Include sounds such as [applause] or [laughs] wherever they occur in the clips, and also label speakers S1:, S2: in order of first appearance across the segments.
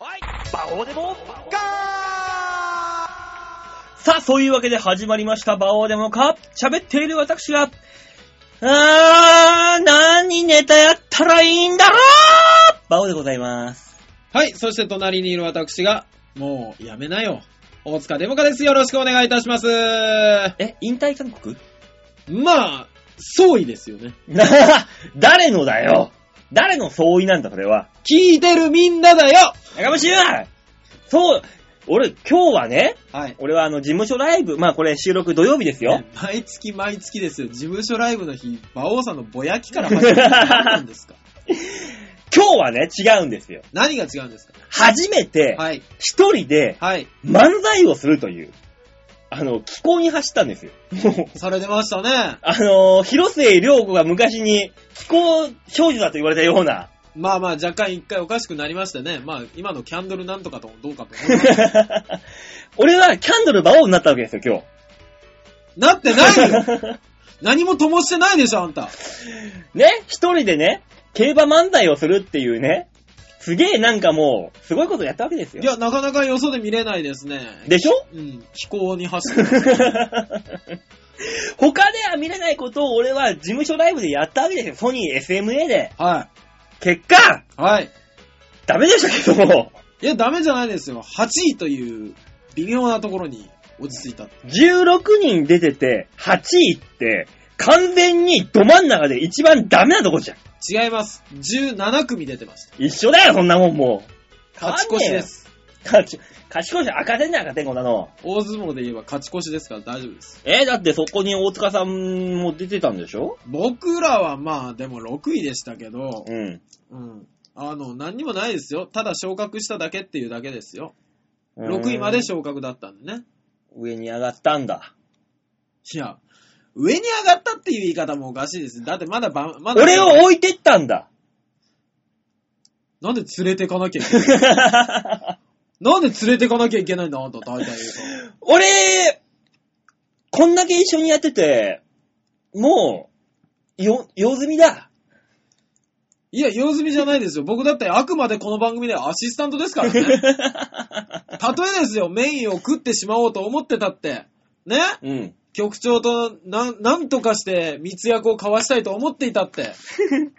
S1: バオデモカさあ、そういうわけで始まりました、バオデモカ喋っている私が、あー、何ネタやったらいいんだバオでございます。
S2: はい、そして隣にいる私が、もうやめなよ。大塚デモカです。よろしくお願いいたします。
S1: え、引退勧告
S2: まあ、総意ですよね。
S1: [laughs] 誰のだよ誰の相違なんだ、それは。
S2: 聞いてるみんなだよ
S1: やかましいわそう、俺、今日はね、
S2: はい。
S1: 俺はあの、事務所ライブ、まあこれ収録土曜日ですよ
S2: ね。毎月毎月ですよ。事務所ライブの日、馬王さんのぼやきから始まる何なんですか
S1: 今日はね、違うんですよ。
S2: 何が違うんですか
S1: 初めて、
S2: はい。
S1: 一人で
S2: はい。
S1: 漫才をするという、あの、気候に走ったんですよ。もう、
S2: されてましたね。
S1: あの、広末涼子が昔に気候少女だと言われたよう
S2: [laughs]
S1: な、
S2: まあまあ、若干一回おかしくなりましたね。まあ、今のキャンドルなんとかとどうかと思います
S1: 俺はキャンドル馬王になったわけですよ、
S2: なって
S1: 今
S2: ない [laughs] よ
S1: 日。
S2: 何も灯してないでしょ、あんた。
S1: [laughs] ね、一人でね、競馬漫才をするっていうね、すげえなんかもう、すごいことやったわけですよ
S2: い。や、なかなかよそで見れないですね。
S1: でしょ [laughs]
S2: うん、飛行に走る。
S1: 他では見れないことを俺は事務所ライブでやったわけですよ。ソニー SMA で。
S2: は
S1: 結果、
S2: い。はい。
S1: ダメでしたけども、
S2: いや、ダメじゃないですよ。8位という微妙なところに落ち着いた。
S1: 16人出てて、8位って、完全にど真ん中で一番ダメなとこじゃん。
S2: 違います。17組出てました。
S1: 一緒だよ、そんなもんもう。
S2: 勝ち越しです。
S1: 勝ち。勝ち越し、赤点だよ、赤点、こんなの。
S2: 大相撲で言えば勝ち越しですから大丈夫です。
S1: えーだってそこに大塚さんも出てたんでしょ
S2: 僕らはまあ、でも6位でしたけど、
S1: うん。
S2: うん。あの、何にもないですよ。ただ昇格しただけっていうだけですよ。6位まで昇格だったんでね。
S1: 上に上がったんだ。
S2: いや、上に上がったっていう言い方もおかしいです。だってまだば、まだ、
S1: 俺を置いてったんだ。
S2: なんで連れてかなきゃいけないなんで連れてかなきゃいけないんだ、あんた、大体言う
S1: [laughs] 俺、こんだけ一緒にやってて、もう、よ、用済み [laughs] だ。
S2: い [laughs] や、用済みじゃないですよ。僕だってあくまでこの番組ではアシスタントですから [laughs] ね。たとえですよ、メインを食ってしまおうと思ってたって。ね
S1: うん。
S2: 局長とな、なんとかして密約を交わしたいと思っていたって。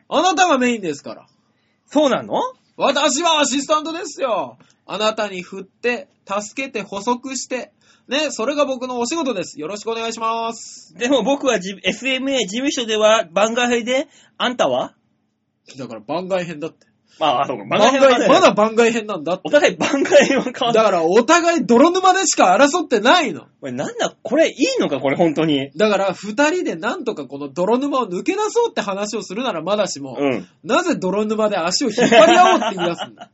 S2: あなたがメインですから。
S1: [laughs] そうなの
S2: 私はアシスタントですよ。あなたに振って、助けて、補足して。ね、それが僕のお仕事です。よろしくお願いします。
S1: でも僕はじ SMA 事務所では番外編で、あんたは
S2: だから番外編だって。
S1: まあ、あそうか、
S2: 番
S1: 番外
S2: 外
S1: 編は
S2: 編、まだ番外編なんだって
S1: お互い番外編は変わんな
S2: だ
S1: い。
S2: からお互い泥沼でしか争ってないの。
S1: おいなんだ、これいいのか、これ本当に。
S2: だから二人でなんとかこの泥沼を抜け出そうって話をするならまだしも、
S1: うん。
S2: なぜ泥沼で足を引っ張り合おうって言い出す
S1: [laughs]
S2: んだ。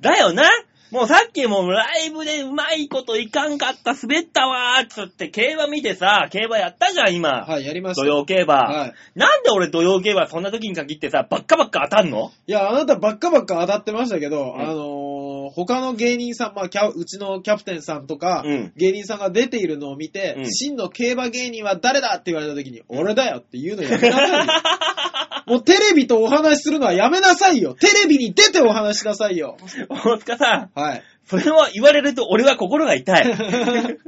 S1: だよな。もうさっきもうライブでうまいこといかんかった、滑ったわーっつって、競馬見てさ、競馬やったじゃん、今。
S2: はい、やりまし
S1: 土
S2: たよ。
S1: 曜競馬。
S2: はい。
S1: なんで俺土曜競馬そんな時に限ってさ、ばっかばっか当たんの
S2: いや、あなたばっかばっか当たってましたけど、
S1: ん
S2: あのー他の芸人さん、まあキャ、うちのキャプテンさんとか、
S1: うん
S2: 芸人さんが出ているのを見て、
S1: うん
S2: 真の競馬芸人は誰だって言われた時に、俺だよって言うのやめ
S1: [laughs]
S2: なさいよ。もうテレビとお話しするのはやめなさいよ。テレビに出てお話しなさいよ。
S1: 大塚さん、
S2: はい。
S1: それを言われると俺は心が痛 [laughs] い。
S2: [laughs]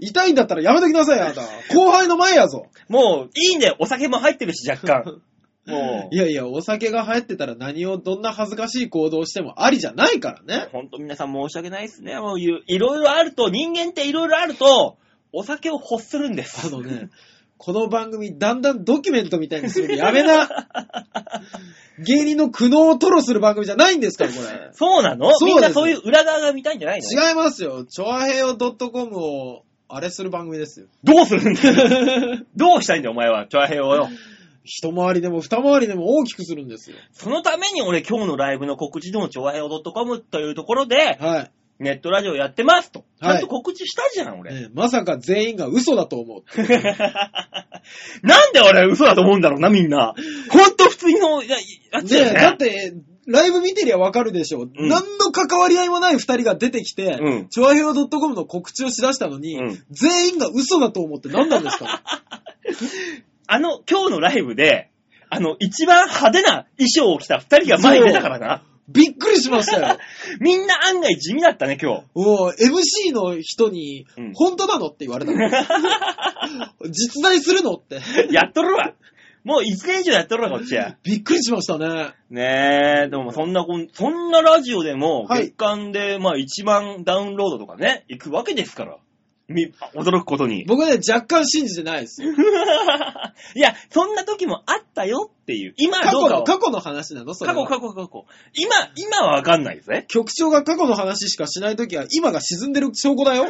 S2: 痛いんだったらやめときなさいよ、あなた。後輩の前やぞ。
S1: もう、いいんだよ、お酒も入ってるし、若 [laughs] 干。も
S2: いやいや、お酒が入ってたら何を、どんな恥ずかしい行動をしてもありじゃないから
S1: う、
S2: ね。
S1: ほんと皆さん申し訳ないですね。もういう、いろいろあると、人間っていろいろあると、お酒を欲するんです。
S2: あのね、この番組、だんだんドキュメントみたいにするのやめ [laughs] な。芸人の苦悩を吐露する番組じゃないんですから、これ。
S1: [laughs] そうなの
S2: そう
S1: み
S2: です
S1: んなそういう裏側が見たいんじゃないの
S2: 違いますよ。チョアヘヨ .com を、あれする番組ですよ。
S1: どうするんだよ [laughs] どうしたいんだよ、お前は、チョアヘヨをよ。
S2: 一回りでも二回りでも大きくするんですよ。
S1: そのために俺今日のライブの告知でも、チョアヘヨ .com というところで、
S2: はい。
S1: ネットラジオやってますと。ち
S2: はい
S1: ゃんと告知したじゃん、俺。 [laughs]
S2: ねまさか全員が嘘だと思う。
S1: なんで俺嘘だと思うんだろうな、みんな。ほんと普通の、いや、やつだ
S2: ねえ、
S1: よね。
S2: だって、ライブ見てりゃわかるでしょ。
S1: ん
S2: 何の関わり合いもない二人が出てきて、
S1: うん
S2: チョアヘオ .com の告知をしだしたのに、
S1: うん
S2: 全員が嘘だと思って何なんですか
S1: あの、今日のライブで、あの、一番派手な衣装を着た二人が前に出たからな。
S2: びっくりしました
S1: [laughs]
S2: よ。
S1: みんな案外地味だったね、今日。
S2: もう、MC の人に
S1: うん、
S2: 本当なのって言われたの。 [laughs] 実在するのって。
S1: やっとるわ。もう1年以上やっとるわ、こっちや。
S2: びっくりしましたね。
S1: ねえ、でもそんなこん、そんなラジオでも、
S2: はい
S1: 月間で、まあ1万ダウンロードとかね、行くわけですから。み、驚くことに。
S2: 僕はね、若干信じてないですよ。
S1: [laughs] いや、そんな時もあったよっていう。今
S2: 過
S1: どう
S2: 去
S1: か
S2: の、
S1: を
S2: 過去の話なのそれ
S1: 過去、
S2: は。
S1: 過去、過去。今、今はわかんないですね。
S2: 局長が過去の話しかしないときは、今が沈んでる証拠だよ。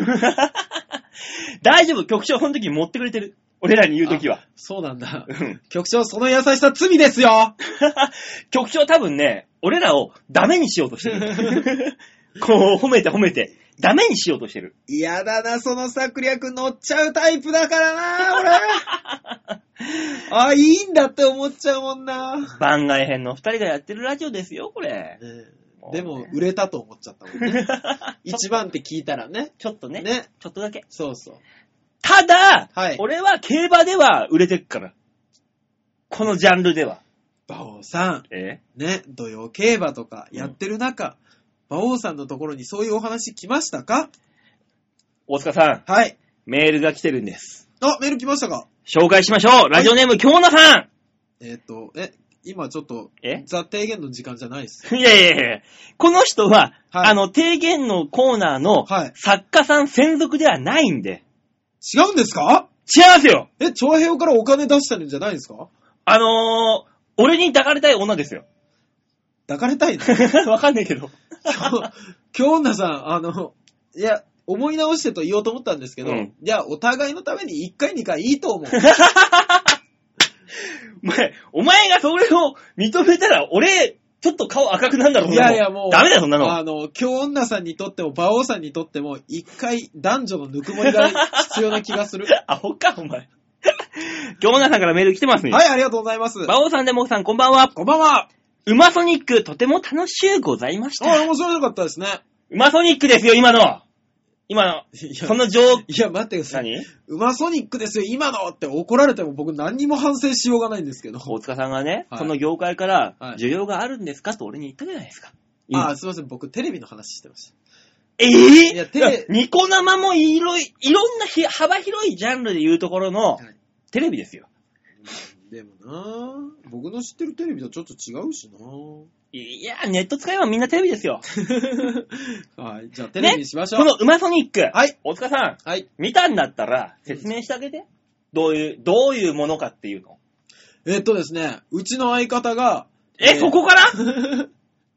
S1: 大丈夫、局長、その時持ってくれてる。俺らに言う時は。
S2: そうなんだ
S1: う。ん
S2: 局長、その優しさ罪ですよ
S1: 局長多分ね、俺らをダメにしようとして [laughs] る。こう、褒めて褒めて、ダメにしようとしてる。
S2: 嫌だな、その桜略乗っちゃうタイプだから [laughs] な、俺。あ、いいんだって思っちゃうもんな。
S1: 番外編の二人がやってるラジオですよ、こ [laughs] れ。
S2: でも、売れたと思っちゃったもん [laughs] ね。一番って聞いたらね。
S1: ちょっとね、
S2: ね。
S1: ちょっとだけ。
S2: そうそう。
S1: ただ、
S2: はい
S1: 俺は競馬では売れてっから。このジャンルでは。
S2: 馬王さ
S1: え
S2: ん、ね、土曜競馬とかやってる中、馬王さんのところにそういうお話来ましたか
S1: 大塚さん、
S2: はい。
S1: メールが来てるんです。
S2: あ、メール来ましたか
S1: 紹介しましょう。ラジオネーム、京奈さん。
S2: えっ、と、え、今ちょっと、
S1: え
S2: ザ提言の時間じゃないで
S1: [laughs]
S2: す。
S1: いやいやいやいやこの人は、
S2: はい
S1: あの、提言のコーナーの
S2: はい
S1: 作家さん専属ではないんで。
S2: 違うんですか
S1: 違いますよ
S2: え、長平からお金出してるんじゃないですか
S1: あのー、俺に抱かれたい女ですよ。 [laughs]
S2: 抱かれたいね。
S1: わかんないけど。
S2: 今日、今日女さん、あの、いや、思い直してと言おうと思ったんですけど、
S1: うん
S2: いや、お互いのために1回2回いい
S1: [laughs]
S2: と思う。
S1: お前、お前がそれを認めたら、俺、ちょっと顔赤くなんだろ、
S2: いやいやもう。
S1: ダメだよ、そんなの。
S2: あの、京女さんにとっても、馬王さんにとっても、一回男女のぬくもりが必要な気がす
S1: [laughs]
S2: る。
S1: アホか、お前。今日女さんからメール来てますね。
S2: はい、ありがとうございます。
S1: 馬王さんでもさん、こんばんは。
S2: こんばんは。
S1: ウマソニック、とても楽しゅうございまし
S2: あ、
S1: た。
S2: 面白かったですね。
S1: ウマソニックですよ、今の。今
S2: い
S1: の、
S2: や
S1: その状
S2: いや、待ってください。
S1: 何
S2: ウマソニックですよ、今のって怒られても僕何にも反省しようがないんですけど。
S1: 大塚さんがね、
S2: はい
S1: その業界から
S2: はい、
S1: 需要があるんですかと俺に言ったじゃないですか。
S2: あ、すいません、僕テレビの話してました。
S1: え
S2: い
S1: え
S2: やテレ
S1: ニコ生もいろい、いろんなひ幅広いジャンルで言うところの
S2: はい、
S1: テレビですよ。
S2: でもなぁ、僕の知ってるテレビとちょっと違うしない
S1: や、ネット使えばみんなテレビ [laughs] ですよ。
S2: ぁ。はい、じゃあテレビにしましょう。
S1: このウマソニック、
S2: はい、
S1: 大塚さん、
S2: はい。
S1: 見たんだったら説明してあげて。どういう、どういうものかっていうの。
S2: えっとですね、うちの相方 [laughs] が、
S1: え、
S2: ー
S1: そこから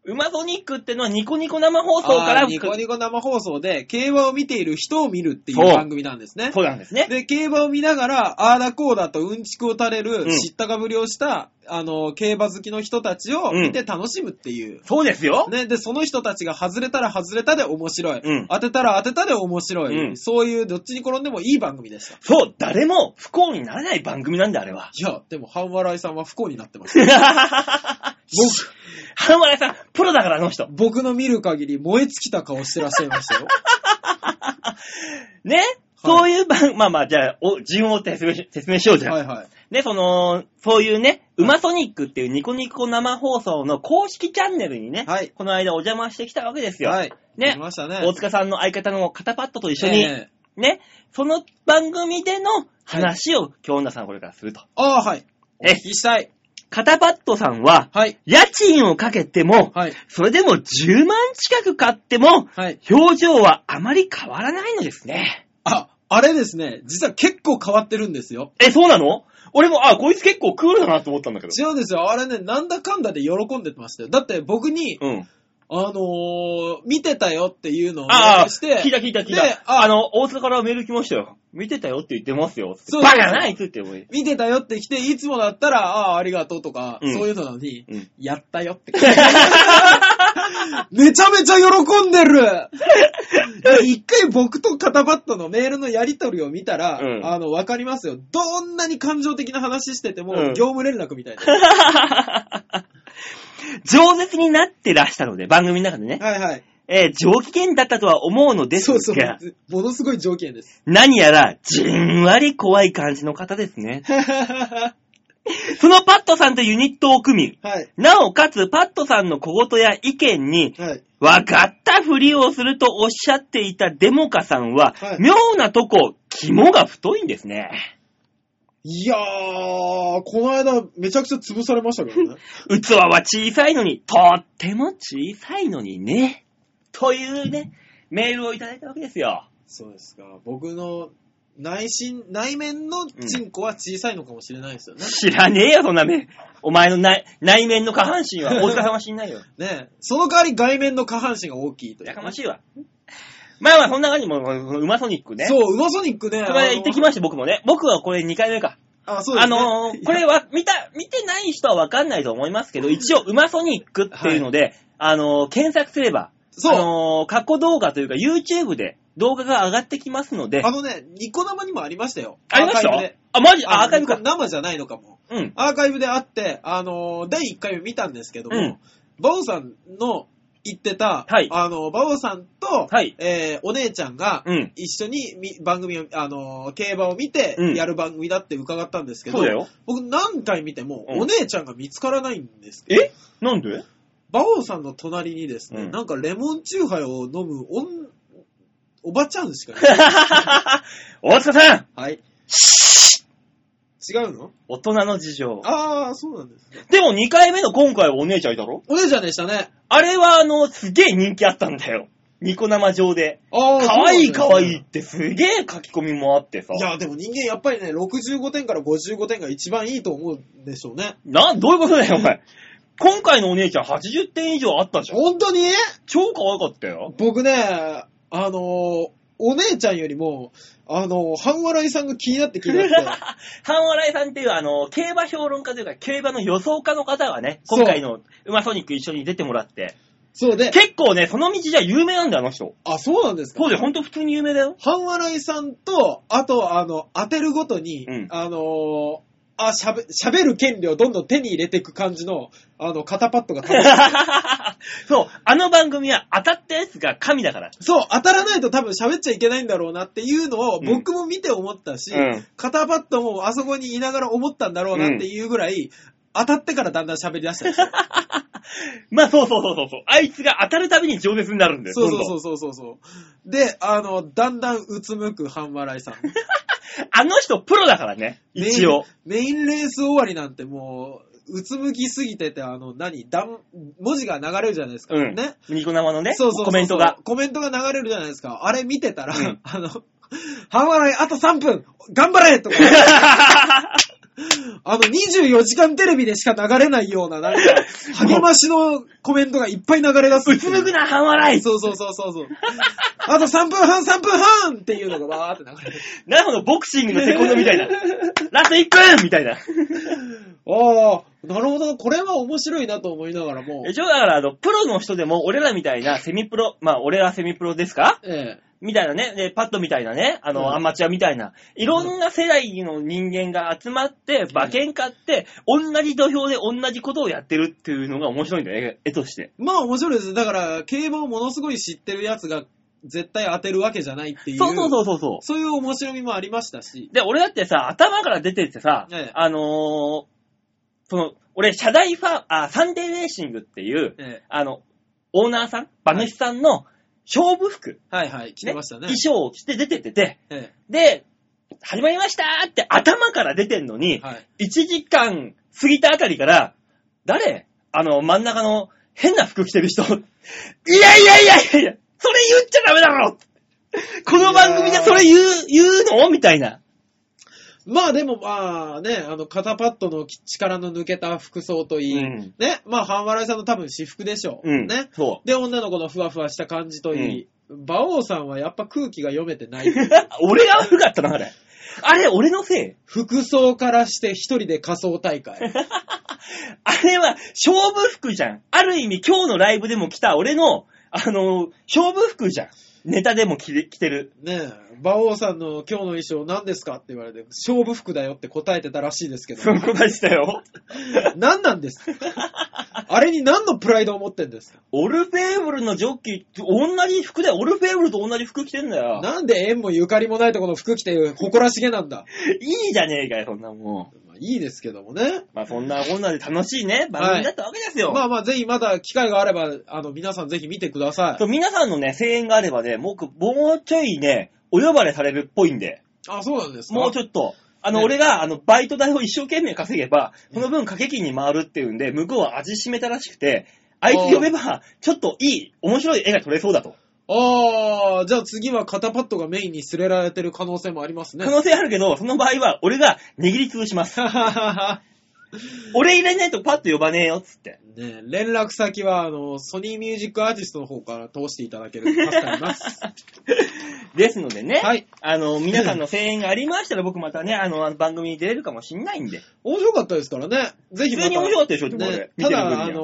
S1: ウマソニックってのはニコニコ生放送から
S2: あーニコニコ生放送で、競馬を見ている人を見るっていう
S1: そう
S2: 番組なんですね。
S1: そうなんですね。
S2: で、競馬を見ながら、あーだこうだとうんちくを垂れる、
S1: うん
S2: 知ったかぶりをした、あの、競馬好きの人たちを見て楽しむっていう。
S1: そうですよ。
S2: ね、で、その人たちが外れたら外れたで面白い。
S1: うん
S2: 当てたら当てたで面白い。
S1: うん
S2: そういう、どっちに転んでもいい番組でした。
S1: そう、誰も不幸にならない番組なんだ、あれは。 [laughs]
S2: いや、でも、半笑いさんは不幸になってま
S1: [laughs]
S2: す。
S1: 僕、半笑いさん、プロだから、あの人。
S2: 僕の見る限り燃え尽きた顔してらっしゃいま
S1: [laughs]
S2: したよ。
S1: ね、そういう番、まあまあ、じゃあ、お順を追って説明し説明しようじゃん。
S2: はいはい。
S1: ね、その、そういうね、ウマソニックっていうニコニコ生放送の公式チャンネルにね、
S2: はい
S1: この間お邪魔してきたわけですよ。
S2: はい。
S1: ね
S2: 来ましたね。
S1: 大塚さんの相方の肩パッドと一緒に、
S2: ええ
S1: ね、その番組での話を京女さんこれからすると。
S2: ああ、はい。お
S1: え
S2: 聞きしたい。
S1: 肩パッドさんは、
S2: はい。
S1: 家賃をかけても、
S2: はい。
S1: それでも10万近く買っても、
S2: はい。
S1: 表情はあまり変わらないのですね。
S2: あ、あれですね。実は結構変わってるんですよ。
S1: え、そうなの俺も、あ、こいつ結構クールだなと思ったんだけど。
S2: 違うんですよ。あれね、なんだかんだで喜んでましたよ。だって僕に、
S1: うん。
S2: あのー、見てたよっていうのをメ
S1: あ
S2: ー
S1: あ、
S2: ルして、
S1: 聞いた聞いた聞い
S2: で
S1: た。
S2: あ
S1: あの、大塚からメール来ましたよ。見てたよって言ってますよ。
S2: そう
S1: バカだな、あいつって思い。
S2: 見てたよって来て、いつもだったら、ああ、ありがとうとか、
S1: うん
S2: そういうのなのに、
S1: うん [laughs]
S2: やったよって。 [laughs] めちゃめちゃ喜んでるで一回僕とカタバットのメールのやり取りを見たら、
S1: うん
S2: あの、わかりますよ。どんなに感情的な話してても、
S1: うん
S2: 業務連絡みたい
S1: [laughs]
S2: な。
S1: 饒舌になってらしたので、番組の中でね。
S2: はいはい。
S1: えー上機嫌だったとは思うのです
S2: そ
S1: が、
S2: うそう。ものすごい条件です。 [laughs]
S1: 何やら、じんわり怖い感じの方ですね。そのパットさんとユニットを組
S2: はい。
S1: み、なおかつパットさんの小言や意見に、
S2: はい。
S1: わかったふりをするとおっしゃっていたデモカさんは、
S2: はい
S1: 妙なとこ、肝が太いんですね。
S2: いやー、この間めちゃくちゃ潰されましたからね。
S1: 器は小さいのに、とっても小さいのにね。というね、メールをいただいたわけですよ。
S2: そうですか。僕の内心、内面のチンコは小さいのかもしれないですよね。
S1: 知らねえよ、そんなめ。お前の内内面の下半身
S2: [laughs]
S1: は大塚さんは知んないよ。
S2: ねえその代わり外面の下半身が大きいという。
S1: やかましいわ。まあまあ、そんな感じも、このこのウマソニックね。
S2: そう、ウマソニックね。
S1: これ行ってきました、僕もね。僕はこれ2回目か。
S2: あ、そうで
S1: あ
S2: すね。
S1: のーこれは、見た、見てない人はわかんないと思いますけど、一応、ウマソニックっていうので、あのー検索すれば、
S2: そう
S1: あのー過去動画というか、YouTube で動画が上がってきますので、
S2: あのね、ニコ生にもありましたよ。
S1: ありまし
S2: アーカイブ
S1: た
S2: で
S1: あ、マジあ、アーカイブ
S2: ニ
S1: か
S2: コ。生じゃないのかも。
S1: うん。
S2: アーカイブであって、あのー第1回目見たんですけども、
S1: うん
S2: バオさんの言ってた、
S1: はい
S2: あのー、バオさんと、
S1: はい
S2: えーお姉ちゃんが、
S1: うん。
S2: 一緒にみ番組を、あのー競馬を見て
S1: うん、
S2: やる番組だって伺ったんですけど、
S1: そうだよ。
S2: 僕何回見ても、
S1: うん
S2: お姉ちゃんが見つからないんですけど、
S1: えなん
S2: [laughs]
S1: で
S2: バオさんの隣にですね、
S1: うん
S2: なんかレモンチューハイを飲むおん、おばちゃんしかいない。
S1: 大塚さん
S2: [laughs] はい。違うの
S1: 大人の事情。
S2: ああ、そうなんですね。
S1: でも2回目の今回はお姉ちゃんいたろ
S2: お姉ちゃんでしたね。
S1: あれはあの、すげえ人気あったんだよ。ニコ生上で。
S2: ああ、
S1: かわいいか
S2: そうな
S1: わ
S2: んです
S1: い
S2: ね
S1: いってすげえ書き込みもあってさ。
S2: いや、でも人間やっぱりね、65点から55点が一番いいと思うんでしょうね。
S1: な、どういうことだよ、お前。今回のお姉ちゃん80点以上あったじゃん。
S2: 本当に
S1: 超可愛かったよ。
S2: 僕ね、あのーお姉ちゃんよりも、あのー半笑いさんが気になって気に
S1: [laughs]
S2: なって。
S1: 半笑いさんっていう、あの、競馬評論家というか、競馬の予想家の方がね、今回のウマソニック一緒に出てもらって、
S2: そうで、
S1: 結構ね、その道じゃ有名なんだよ、あの人。
S2: あ、そうなんですか
S1: そうで、ほんと普通に有名だよ。 [laughs]
S2: 半笑いさんと、あと、あの、当てるごとに、
S1: うん
S2: あのーあ、しゃべ、喋る権利をどんどん手に入れていく感じの、あの、肩パッドが
S1: [laughs] そう、あの番組は当たったやつが神だから。
S2: そう、当たらないと多分喋っちゃいけないんだろうなっていうのを
S1: うん
S2: 僕も見て思ったし、
S1: うん
S2: 肩パッドもあそこにいながら思ったんだろうなっていうぐらい、当たってからだんだん喋り出したんですよ
S1: まあそうそうそうそうそう。あいつが当たるたびに饒舌になるんだよ。
S2: そうそう
S1: ど
S2: そ
S1: ん [laughs]
S2: うそうそうそう。で、あの、だんだんうつむく半笑いさん。
S1: どんあの人プロだからね。 [laughs] 一応。
S2: メイン。メインレース終わりなんてもう、うつむきすぎてて、あの、何、だん、文字が流れるじゃないですか。
S1: うん
S2: ね。
S1: ニコ生のね、
S2: そうそうそうそう
S1: コメントが。。
S2: コメントが流れるじゃないですか。あれ見てたら、
S1: うん
S2: [laughs] あの、半笑いあと3分頑張
S1: [laughs]
S2: れとか。あの、24時間テレビでしか流れないよう
S1: [laughs]
S2: な、なんか、励ましのコメントがいっぱい流れ出す
S1: うつむくな、半笑い
S2: そうそうそうそうそう。あと3分半、3分半っていうのがわーって流れて。
S1: なるほど、ボクシングのセコンドみ
S2: [laughs]
S1: たいな。ラスト1分みたいな。
S2: ああ、なるほど。これは面白いなと思いながらも。
S1: 一応だから、あの、プロの人でも、俺らみたいなセミプロ、まあ、俺らセミプロですか
S2: ええ。
S1: みたいなね、で、パッドみたいなね、あの、
S2: うん
S1: アマチュアみたいな、いろんな世代の人間が集まって、馬券買って、同じ土俵で同じことをやってるっていうのが面白いんだよ、絵絵として。
S2: まあ面白いです。だから、競馬をものすごい知ってるやつが絶対当てるわけじゃないっていう。
S1: そうそう
S2: う。
S1: そうそうそ
S2: そういう面白みもありましたし
S1: う。。で、俺だってさ、頭から出てってさ、
S2: ええ
S1: あのーその、俺、社大ファン、あ、サンデーレーシングっていう、
S2: ええ。
S1: あの、オーナーさん、馬主さんの勝負服、
S2: はいはい、来てましたね
S1: 衣。装を着て出てってて、
S2: え
S1: で、始まりましたーって頭から出てんの
S2: え。
S1: に、
S2: はい。
S1: 1時間過ぎたあたりから、誰あの、真ん中の変な服着てる人。いや [laughs] いやいやいやいやそれ言っちゃダメだろ [laughs] この番組でそれ言う、言うのみたいな。
S2: まあでもまあね、あの肩パッドの力の抜けた服装といい、
S1: うん
S2: ね、まあ半笑いさんの多分私服でしょう。
S1: うん。
S2: ね。
S1: そう。
S2: で、女の子のふわふわした感じといい、馬王さんはやっぱ空気が読めてない。
S1: [laughs] 俺が悪かったな、あれ。あれ、俺のせい
S2: 服装からして一人で仮装大会。 [laughs]
S1: あれは勝負服じゃん。ある意味今日のライブでも来た俺の、あのー勝負服じゃん。ネタでも着て着てる。
S2: ねえ、馬王さんの今日の衣装何ですかって言われて、勝負服だよって答えてたらしいですけど
S1: そ、の子たちだよ。
S2: 何なんです [laughs] かあれに何のプライドを持ってんですか
S1: オルフェーブルのジョッキー、同じ服だよ。オルフェーブルと同じ服着てんだよ。
S2: なんで縁もゆかりもないとこの服着て誇らしげなんだ
S1: いいじゃねえかよ、そんなもん。
S2: まあいいですけどもね。
S1: まあそんなこんなで楽しいね、番組だったわけですよ。
S2: まあまあ、ぜひまだ機会があれば、あの、皆さんぜひ見てくださ
S1: そ
S2: い。
S1: う皆さんのね、声援があればね、僕、もうちょいね、お呼ばれされるっぽいんで、
S2: あ、そうなんですか
S1: もう
S2: ょ
S1: ちょっと。あの、
S2: ね
S1: 俺が、あの、バイト代を一生懸命稼げば、その分掛け金に回るっていうんで、向こうは味しめたらしくて、あいつ呼べば、ちょっといい、面白い絵が撮れそうだと。
S2: ああ、じゃあ次は肩パッドがメインに連れられてる可能性もありますね [laughs]
S1: 可。能性あるけど、その場合は、俺が握りつぶします。俺入れないとパッと呼ばねえよ、っつって。
S2: ね、連絡先は、あの、ソニーミュージックアーティストの方から通していただけると助かります。
S1: ですのでね、
S2: はい
S1: あの、皆さんの声援がありましたら、僕またね、あの、あの番組に出れるかもしんないんで。
S2: [laughs] 面白かったですからね。ぜひ
S1: 普通
S2: また
S1: に面白かったでしょ、でも俺。
S2: ね、
S1: 見
S2: た
S1: てる分に
S2: だ、
S1: は
S2: あのー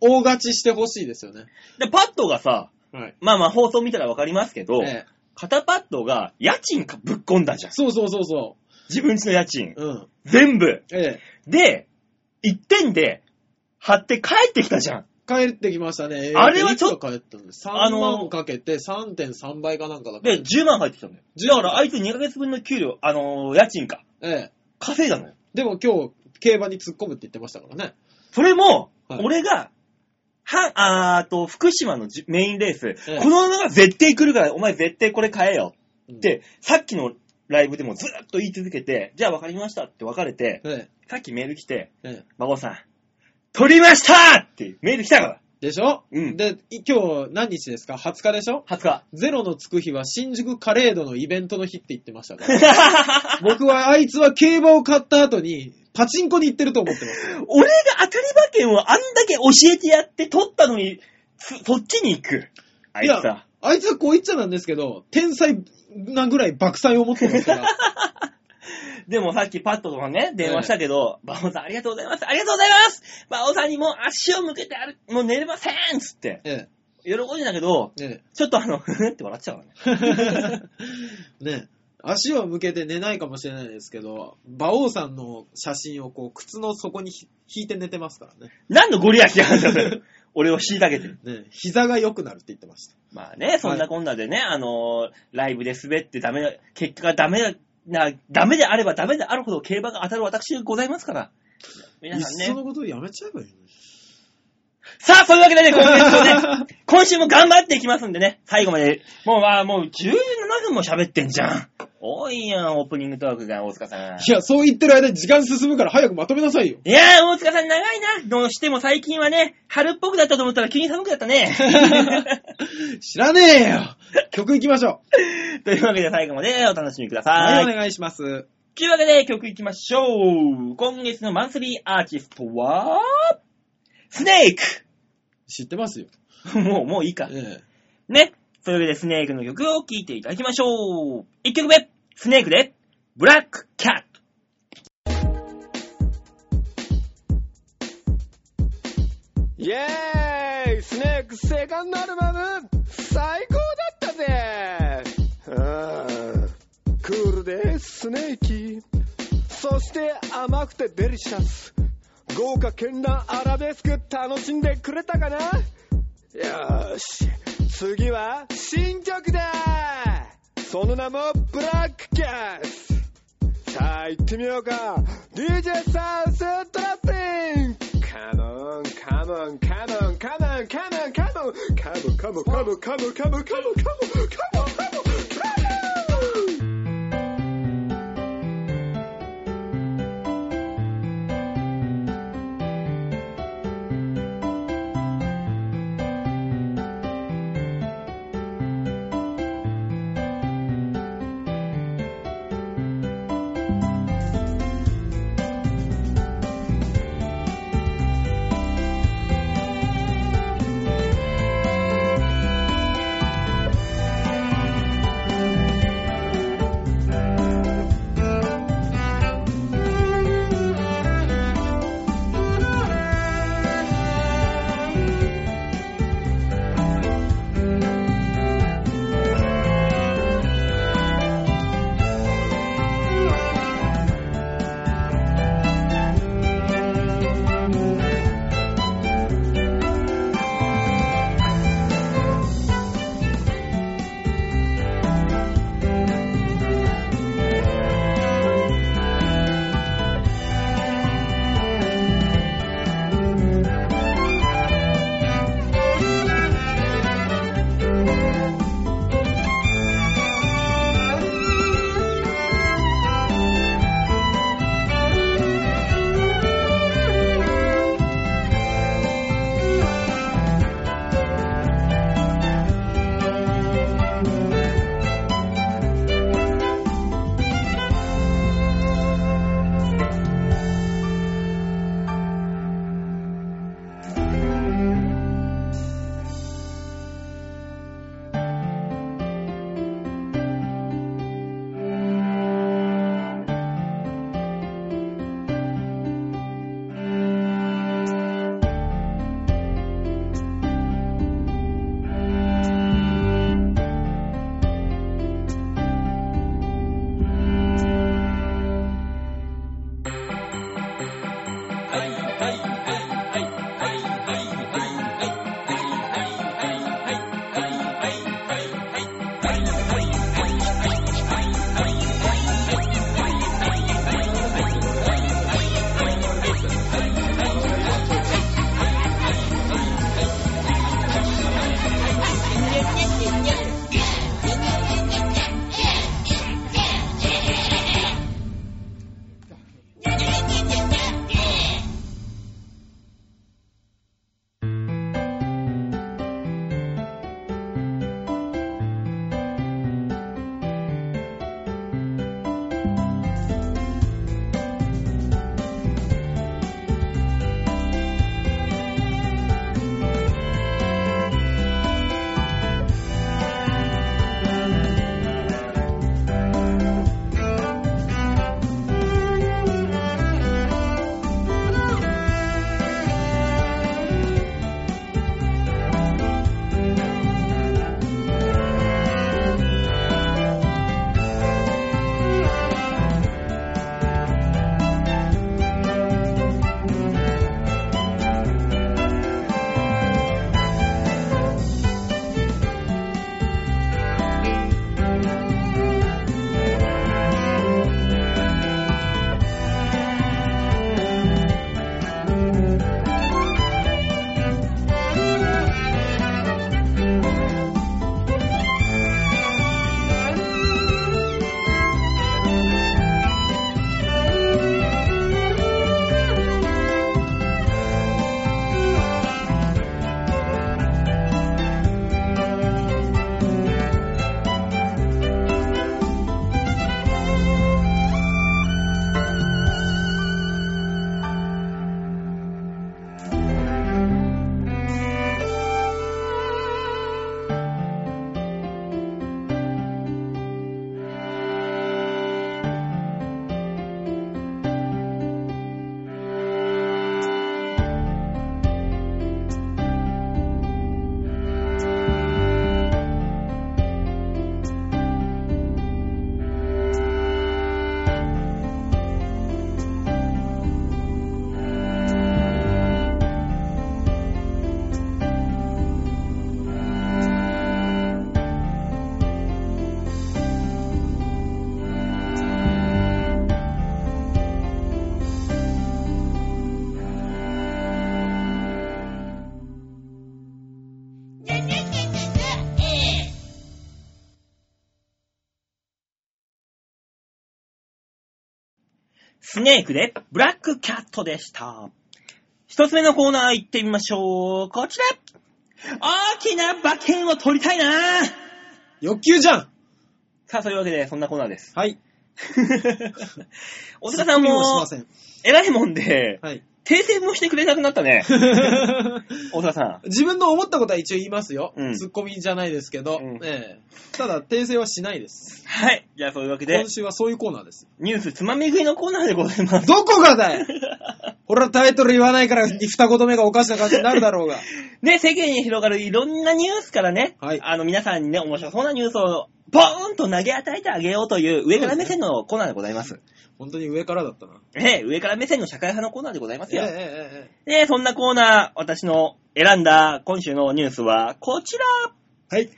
S2: 大勝ちしてほしいですよね。
S1: で、パッドがさ、
S2: はい。
S1: まあまあ放送見たらわかりますけど、
S2: ええ
S1: 肩パッドが家賃かぶっ込んだじゃん。
S2: そうそうそうそ
S1: 自分家の家賃。
S2: う。うん。
S1: 全部。
S2: ええ。
S1: で、1点で貼って帰ってきたじゃん。
S2: 帰ってきましたね。
S1: あれはちょ
S2: っと。帰ったんです。3
S1: あのー
S2: 万かけて3.3倍かなんかだった。
S1: で、10万入ってきたんだよ。だからあいつ2ヶ月分の給料、あのー家賃か。
S2: ええ。
S1: 稼いだのよ。
S2: でも今日、競馬に突っ込むって言ってましたからね。
S1: それも、
S2: はい
S1: 俺が、は、あーと、福島のじメインレース、
S2: ええ
S1: この馬が絶対来るから、お前絶対これ買えよ
S2: うん
S1: っ、て、さっきのライブでもずーっと言い続けて、じゃあ分かりましたって別れて、
S2: え
S1: さっきメール来て、
S2: え。ええ。
S1: 孫さん、取りましたってメール来たから。
S2: でしょ
S1: うん
S2: で、い今日何日ですか ?20 日でしょ
S1: 20日。
S2: ゼロのつく日は新宿カレードのイベントの日って言ってましたから。 [laughs] 僕はあいつは競馬を買った後に、パチンコに行ってると思ってます。
S1: 俺が当たり馬券をあんだけ教えてやって取ったのに、そそっちに行く。あいつ
S2: いや
S1: さ。
S2: あいつはこう言っちゃなんですけど、天才なぐらい爆才を持ってま
S1: [laughs]
S2: すから。
S1: でもさっきパッとはね、電話したけど、馬王さんありがとうございます、ありがとうございます馬王さんにもう足を向けてある、もう寝れませんっつって、
S2: え
S1: 喜んでたけど、
S2: え、ね
S1: ちょっとあの、ふ [laughs] ふんって笑っちゃうからね。
S2: え。 [laughs] ねえ。足を向けて寝ないかもしれないですけど、馬王さんの写真をこう、靴の底にひ引いて寝てますからね。
S1: 何のご利益があるんだよそれ、俺を虐げてる。
S2: ねえ、膝が良くなるって言ってました。
S1: まあね、そんなこんなでね、あのーライブで滑ってダメな、結果がダメな、ダメであればダメであるほど競馬が当たる私がございますから。
S2: い
S1: 皆
S2: っ
S1: さん
S2: そ
S1: ね。
S2: のことをやめちゃえばいいのに。
S1: さあ、そういうわけで
S2: [laughs]
S1: ね、今週もね、今週も頑張っていきますんでね、最後まで。もう、あーもう17分も喋ってんじゃん。多いやん、オープニングトークが、大塚さん。
S2: いや、そう言ってる間に時間進むから早くまとめなさいよ。
S1: いやー、大塚さん長いな。どうしても最近はね、春っぽくだったと思ったら急に寒くなった
S2: [laughs]
S1: ね。 [laughs]
S2: 知らねえよ曲行きましょ
S1: というわけで最後までお楽しみくだ
S2: う。
S1: さ。
S2: はいい、お願いします。
S1: というわけで曲いきましょう。今月のマンスリーアーティストは、スネー
S2: 知ってますよ。
S1: ク [laughs] もう、もういいか。
S2: え
S1: ね。というわけでスネークの曲を聴いていただきましょう。1曲目、スネークで、ブラックキャット。
S3: イエーイスネークセカンドアルバム最高だったぜあークールでスネーキーそして甘くてデリシャス豪華絢爛アラベスク楽しんでくれたかなよーし次は新曲だその名もブラックキャスさあ行ってみようか DJ サウストラッピング Come on, come on, come on, come on, come on, come on, come on, come on, come on, come on, come on, come on, come on, come on, come on, come on.
S4: 「君の声が聞こえてくる」
S1: スネークで、ブラックキャットでした。一つ目のコーナー行ってみましょう。こちら大きな馬券を取りたいな
S2: 欲求じゃん
S1: さあ、そういうわけで、そんなコーナー
S2: [laughs]
S1: です。
S2: はい。
S1: 大塚さんも、
S2: しません。
S1: 偉いもんで、
S2: はい。
S1: 訂正もしてくれなくなったね。大塚さん。
S2: [laughs] 自分の思ったことは一応言いますよ。
S1: うん
S2: ツッコミじゃないですけど、
S1: うん
S2: ええただ訂正はしないです。
S1: はい。じゃあ、そういうわけで
S2: 今、週はそういうコーナーです。
S1: ニュースつまみ食いのコーナーでござい
S2: [laughs]
S1: ます。
S2: どこがだよほら、タイトル言わないから、二言目がおかしな感じになるだろうが。
S1: ね、世間に広がるいろんなニュースからね、
S2: はい
S1: あの皆さんにね、面白そうなニュースを、ポーンと投げ与えてあげようという上から目線のコーナーでございます。
S2: [laughs] 本当に上からだったな。
S1: ええ、上から目線の社会派のコーナーでございます
S2: ええ
S1: よ。
S2: え
S1: ね
S2: ええ
S1: えそんなコーナー、私の選んだ今週のニュースはこちら。
S2: えはい。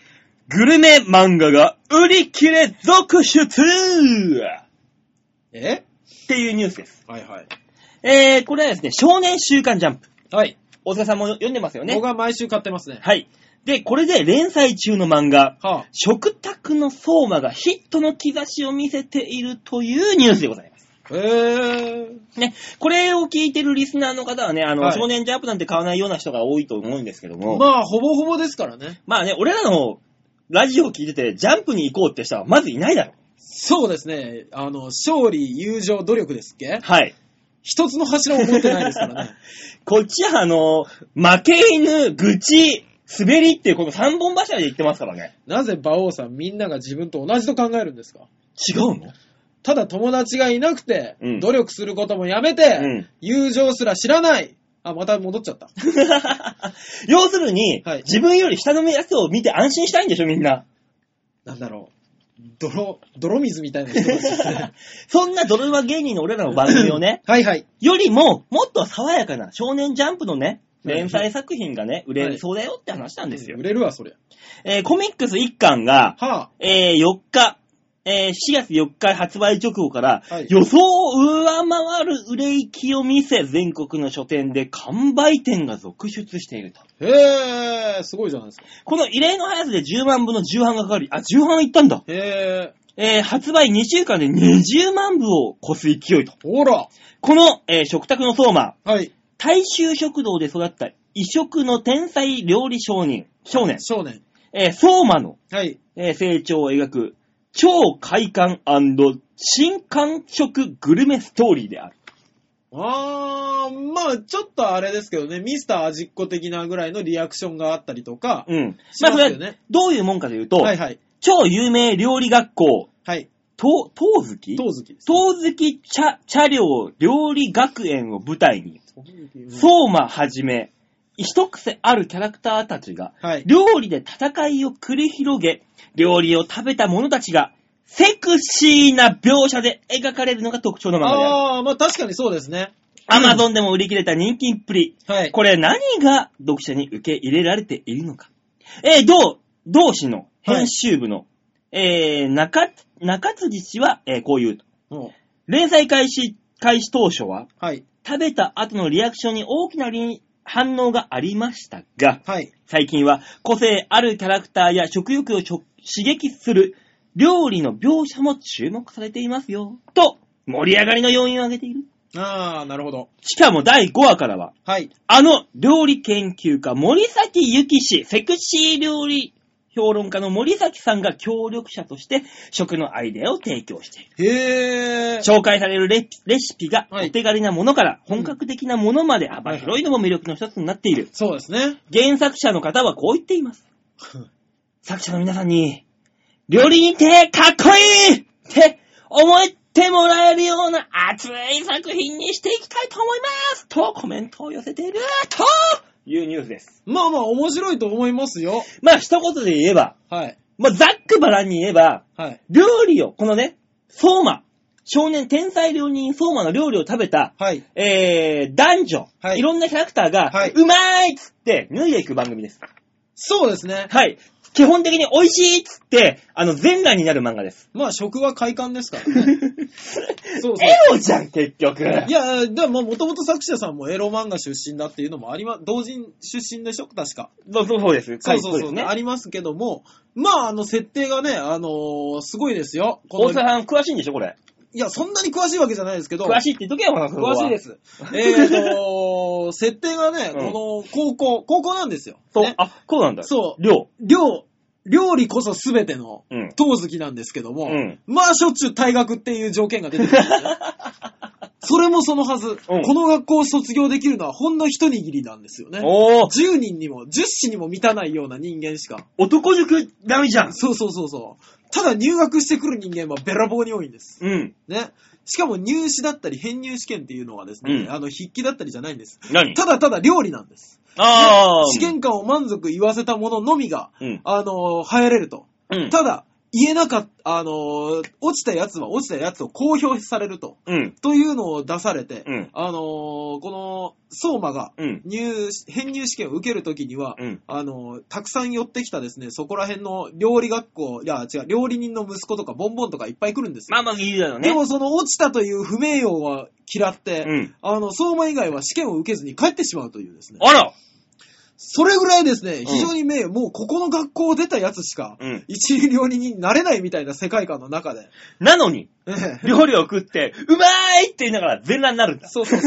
S1: グルメ漫画が売り切れ続出っ
S2: え
S1: ていうニュースです。
S2: はいはい。
S1: えー、これはですね、少年週刊ジャンプ。
S2: はい。
S1: 大塚さんも読んでますよね
S2: 僕。は毎週買ってますね。
S1: はい。で、これで連載中の漫画、
S2: はあ。
S1: 食卓の相馬がヒットの兆しを見せているというニュースでございます。
S2: ええ
S1: ね、これを聞いてるリスナーの方はね、あの、
S2: はい
S1: 少年ジャンプなんて買わないような人が多いと思うんですけども、ま
S2: まあ、ほぼほぼですからね。
S1: あね、俺らのラジオを聞いてて、ジャンプに行こうって人はまずいないだろう。
S2: そうですね。あの、勝利、友情、努力ですっけ
S1: はい。
S2: 一つの柱を持ってないですから
S1: [laughs]
S2: ね。
S1: こっちはあの、負け犬、愚痴、滑りっていうこの3本柱で言ってますからね。
S2: なぜ馬王さんみんなが自分と同じと考えるんですか
S1: 違うの
S2: ただ友達がいなくて、
S1: うん
S2: 努力することもやめて、
S1: うん
S2: 友情すら知らない。あ、また戻っちゃった。
S1: [laughs] 要するに、
S2: はい
S1: 自分より下のやつを見て安心したいんでしょ、みんな。
S2: なんだろう。泥、泥水みたいな人たちで
S1: [laughs]
S2: すね。
S1: そんなドルマ芸人の俺らの番組をね、
S2: はいはい。
S1: よりも、もっと爽やかな少年ジャンプのね、
S2: はい
S1: 連載作品がね、売れそうだよって話なんですよ
S2: 売。れるわ、そりゃ。
S1: えーコミックス1巻が、
S2: は
S1: えー4日、えー4月4日発売直後から
S2: はい、
S1: 予想を上回る売れ行きを見せ、全国の書店で完売店が続出していると。
S2: あ。へえ、すごいじゃないですか。
S1: この異例の速さで10万部の重版がかかり、あ、重版いったんだ。
S2: へえ、
S1: えー発売2週間で20万部を超す勢いと。
S2: ほら。
S1: この、えー食卓の相馬、
S2: はい。
S1: 大衆食堂で育った異色の天才料理商人、少年、
S2: 少年。
S1: えー相馬の、
S2: はい。
S1: えー成長を描く超快感新感触グルメストーリーである。
S2: あー、まあちょっとあれですけどね、ミスター味っ子的なぐらいのリアクションがあったりとか、
S1: うん。
S2: し
S1: ま
S2: ま
S1: あ、
S2: す
S1: それ
S2: よね
S1: は、どういうもんかというと、
S2: はいはい。
S1: 超有名料理学校、
S2: はい。
S1: と、東月
S2: トウズキです。
S1: 東月茶、茶寮料理学園を舞台に、
S2: う。
S1: 相馬はじめ、一癖あるキャラクターたちが、
S2: はい。
S1: 料理で戦いを繰り広げ、料理を食べた者たちが、セクシーな描写で描かれるのが特徴の漫画である。
S2: あー、まあ確かにそうですね。
S1: アマゾンでも売り切れた人気っぷり。
S2: はい。
S1: これ何が読者に受け入れられているのか。えー同、同誌の編集部の、えー中、中辻氏は、えーこう言うと。
S2: うん
S1: 連載開始、開始当初は、
S2: はい。
S1: 食べた後のリアクションに大きなり反応がありましたが、
S2: はい。
S1: 最近は個性あるキャラクターや食欲をちょ刺激する料理の描写も注目されていますよ。と、盛り上がりの要因を挙げている。
S2: あー、なるほど。
S1: しかも第5話からは、
S2: はい。
S1: あの料理研究家森崎ゆき氏、セクシー料理評論家の森崎さんが協力者として食のアイデアを提供している。
S2: へー。
S1: 紹介されるレレシピが
S2: はい
S1: お手軽なものから本格的なものまで幅広いのも魅力の一つになっている。
S2: そうですね。 [laughs]
S1: 原作者の方はこう言っています。作者の皆さんに、料理にてかっこいいって思ってもらえるような熱い作品にしていきたいと思いますとコメントを寄せているというニュースです。
S2: まあまあ面白いと思いますよ。
S1: まあ一言で言えば、
S2: はい。
S1: まあざっくばらんに言えば、
S2: はい。
S1: 料理を、このね、相馬、少年天才料理人相馬の料理を食べた、
S2: はい。
S1: えー、男女、
S2: はい
S1: い、ろんなキャラクターが、
S2: はいう
S1: まーいっつって脱いでいく番組です。
S2: そうですね。
S1: はい。基本的に美味しいっつって、あの、全裸になる漫画です。
S2: まあ食は快感で
S1: [laughs]
S2: すからね。そうそう。
S1: ロじゃん、結局。 [laughs]
S2: いや、でももともと作者さんもエロ漫画出身だっていうのもありま、同人出身でしょ確か。
S1: そうそうそうです。
S2: そうそう
S1: で
S2: そ
S1: す
S2: う、
S1: ね
S2: あ。りますけども、まああの設定がね、あのーすごいですよ。こ
S1: 大
S2: の
S1: 沢さん詳しいんでしょ、これ。
S2: いや、そんなに詳しいわけじゃないですけど、
S1: 詳しいって言っとけよ、ほなそこは
S2: 詳しいで。す。えっと、 [laughs] 設定が
S1: う
S2: ね、
S1: ん
S2: この高校、高校なんですよ。
S1: そう、
S2: ね
S1: あ、そうなんだ。。
S2: そう
S1: 量。
S2: 料、料理こそ全ての
S1: うん。
S2: 陶好きなんですけども、
S1: うん
S2: まあしょっちゅう退学っていう条件が出てく
S1: [laughs]
S2: るんですよ。それもそのはず、
S1: うん
S2: この学校を卒業できるのはほんの一握りなんですよね。
S1: おー、
S2: 10人にも、10子にも満たないような人間しか。
S1: 男塾ダメじゃん。
S2: そうそうそうそう。ただ入学してくる人間はべらぼうに多いんです。
S1: うん。
S2: ね。しかも入試だったり編入試験っていうのはですね、
S1: うん
S2: あの筆記だったりじゃないんです。
S1: 何
S2: ただただ料理なんです。
S1: あー。
S2: 試験官を満足言わせたもののみが、
S1: うん。
S2: あのー入れると。
S1: うん。
S2: ただ、言えなかった、あのー落ちたやつは落ちたやつを公表されると。
S1: うん。
S2: というのを出されて、
S1: うん
S2: あのーこの、相馬が
S1: うん。
S2: 入試、編入試験を受けるときには、
S1: うん。
S2: あの、たくさん寄ってきたですね、そこら辺の料理学校、いや、違う、料理人の息子とか、ボンボンとかいっぱい来るんですよ。
S1: まあまあ、いいだろうね。
S2: でも、その落ちたという不名誉は嫌って、
S1: うん。
S2: あの、相馬以外は試験を受けずに帰ってしまうというですね。
S1: あら
S2: それぐらいですね、
S1: ん
S2: 非常に名誉、もうここの学校を出たやつしか、
S1: うん。
S2: 一流料理人になれないみたいな世界観の中で。
S1: なのに、 [laughs]
S2: ええ
S1: 料理を食って、うまーいって言いながら全裸になるんだ。
S2: そうそうそ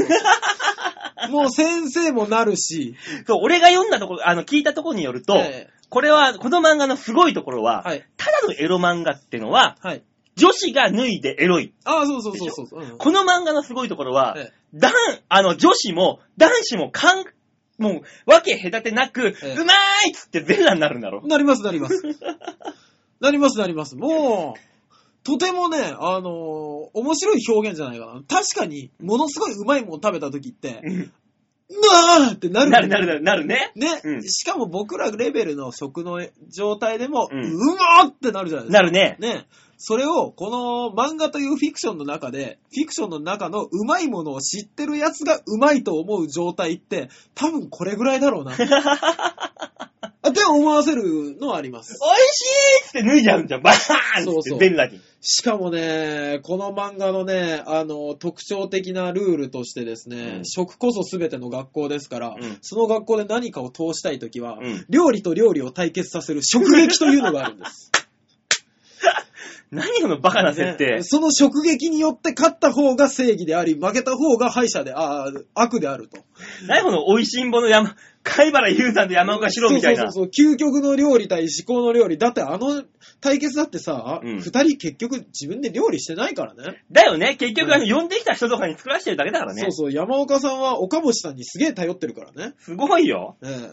S2: う。もう先生もなるし、
S1: そう、俺が読んだところ、あの、聞いたところによると、
S2: ええ
S1: これは、この漫画のすごいところは、
S2: はい、
S1: ただのエロ漫画ってのは、
S2: はい。
S1: 女子が脱いでエロい。
S2: ああ、そうそうそうそうそう。うん
S1: この漫画のすごいところは、
S2: ええ
S1: 男、あの、女子も男子もかん、もう、わけ隔てなく、
S2: ええ
S1: うまーいっつって全裸になるんだろ。
S2: なります、なり
S1: [laughs]
S2: ます。なります、なります。もう、とてもね、あのー面白い表現じゃないかな。確かに、ものすごいうまいもの食べた時って、なーってなる。
S1: なるなるなるなるね。
S2: ね、
S1: うん
S2: しかも僕らレベルの食の状態でも、う
S1: うん
S2: まーってなるじゃないです
S1: な
S2: か。
S1: るね。
S2: ね。それを、この漫画というフィクションの中で、フィクションの中のうまいものを知ってるやつがうまいと思う状態って、多分これぐらいだろうな。
S1: [laughs]
S2: って思わせるのはあります。
S1: 美味しいっつって脱いじゃうんじゃん。バーン
S2: そ
S1: っ
S2: う
S1: つ
S2: そ
S1: っ
S2: う
S1: て全裸に。
S2: しかもね、この漫画のね、あの、特徴的なルールとしてですね、
S1: うん
S2: 食こそ全ての学校ですから、
S1: うん
S2: その学校で何かを通したいときは、
S1: うん
S2: 料理と料理を対決させる食撃というのがあるんです。
S1: 何このバカな設定
S2: ね。その食撃によって勝った方が正義であり、負けた方が敗者で、あー悪であると。
S1: 何この美味しんぼの山、貝原雄さんと山岡四郎みたいな。
S2: そうそうそうそう、究極の料理対至高の料理。だってあの対決だってさ、
S1: う
S2: 二、
S1: ん
S2: 人結局自分で料理してないからね。
S1: だよね。結局、あの、
S2: う
S1: 呼んできた人とかに作らせてるだけだからね
S2: そう。そう、山岡さんは岡星さんにすげえ頼ってるからね。
S1: すごいよ。
S2: ええ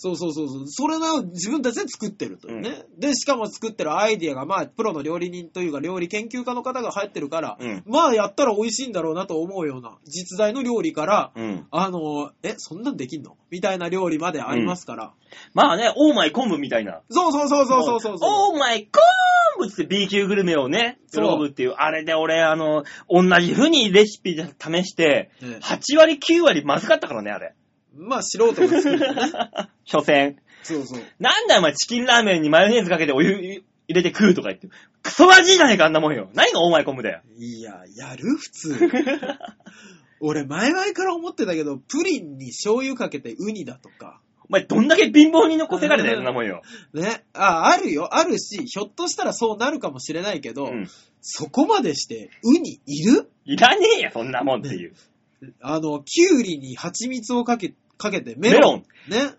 S2: そうそうそうそう。それの自分たちで作ってるというね。で、しかも作ってるアイディアが、まあ、プロの料理人というか、料理研究家の方が入ってるから、
S1: うん
S2: まあ、やったら美味しいんだろうなと思うような、実在の料理から、
S1: うん。
S2: あの、え、そんなんできんのみたいな料理までありますから。
S1: まあね、オーマイ昆布みたいな。
S2: そうそうそうそうそうそうそう。
S1: オーマイ昆布っつって B 級グルメをね、
S2: そう
S1: ローブっていう。あれで俺、あの、同じ風にレシピで試して、
S2: ええ
S1: 8割9割まずかったからね、あ
S2: [laughs]
S1: れ。
S2: まあ、素人が作るからね。
S1: 所詮。
S2: [laughs] そうそう。
S1: なんだよお前、チキンラーメンにマヨネーズかけてお湯入れて食うとか言って。クソ味じゃねえか、あんなもんよ。何がオーマイ昆布だよ。
S2: いや、やる普 [laughs] 通。俺、前々から思ってたけど、プリンに醤油かけてウニだとか。
S1: お前、どんだけ貧乏人の小せがれだよ、そんなもんよ。
S2: ね、あ、あるよ、あるし、ひょっとしたらそうなるかもしれないけど、
S1: うん
S2: そこまでして、ウニいる
S1: いらねえよ、そんなもんっていう。
S2: あの、キュウリに蜂蜜をかけ、かけてメ
S1: メロ
S2: ロ
S1: ン
S2: ン。ね。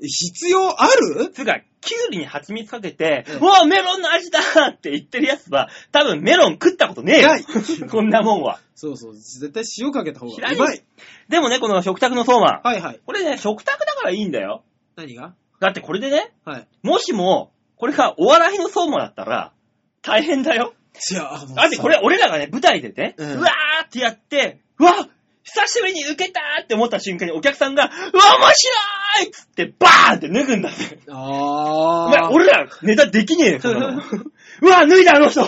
S2: 必要ある
S1: つうか、キュウリに蜂蜜かけて、
S2: うん
S1: うわ、メロンの味だって言ってるやつは、多分メロン食ったことねえ
S2: ない [laughs]
S1: よ。 [laughs] こんなもんは。
S2: そうそう、絶対塩かけた方
S1: 知
S2: が
S1: ら
S2: うま。
S1: ないでもね、この食卓の相馬。
S2: はいはい。
S1: これね、食卓だからいいんだよ。
S2: 何が
S1: だってこれでね、
S2: はい。
S1: もしも、これがお笑いの相馬だったら、大変だよ。
S2: じゃあ、あの
S1: だってこれ俺らがね、舞台でね、う
S2: うん
S1: わーってやって、うわ久しぶりに受けたーって思った瞬間にお客さんが、うわ、面白いっつってバーンって脱ぐんだぜ。
S2: さ
S1: お
S2: あ
S1: 前、
S2: ー。
S1: 俺らネタできねえよ、そんなの
S2: [laughs]
S1: うわ、脱いだ、あの人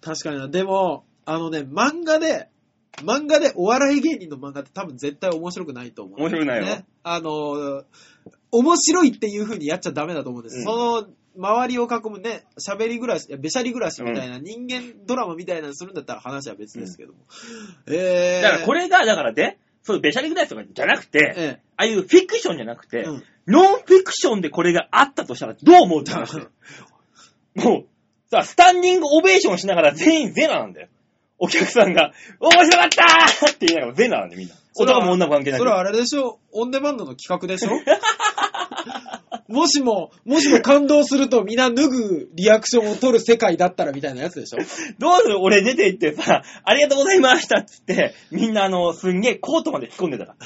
S2: 確かにな。でも、あのね、漫画で、漫画でお笑い芸人の漫画って多分絶対面白くないと思う、
S1: 面白くないよ
S2: ね。あのー、面白いっていう風にやっちゃダメだと思うんです。
S1: うん
S2: その、周りを囲むね、喋り暮らし、いやべしゃり暮らしみたいな、人間ドラマみたいなのするんだったら話は別ですけども。えー。
S1: だからこ
S2: れ、
S1: れが、だからね、そういうベシャリグライスとかじゃなくて、
S2: え
S1: ああいうフィクションじゃなくて、
S2: えうん
S1: ノンフィクションでこれがあったとしたらどう思うって話だよもう、さ、スタンディングオベーションしながら全員ゼラなんだよ。お客さんが、面白かったーって言いながら、全裸なんでみんな。
S2: それは
S1: 男も女も関係ない
S2: そ
S1: け
S2: れ
S1: ど。
S2: はあれでしょオンデマンドの企画でしょ [laughs] もしも、もしも感動すると皆脱ぐリアクションを取る世界だったらみたいなやつでしょ
S1: どうする俺出て行ってさ、ありがとうございましたっつって、みんなあの、すんげえコートまで着込んでたか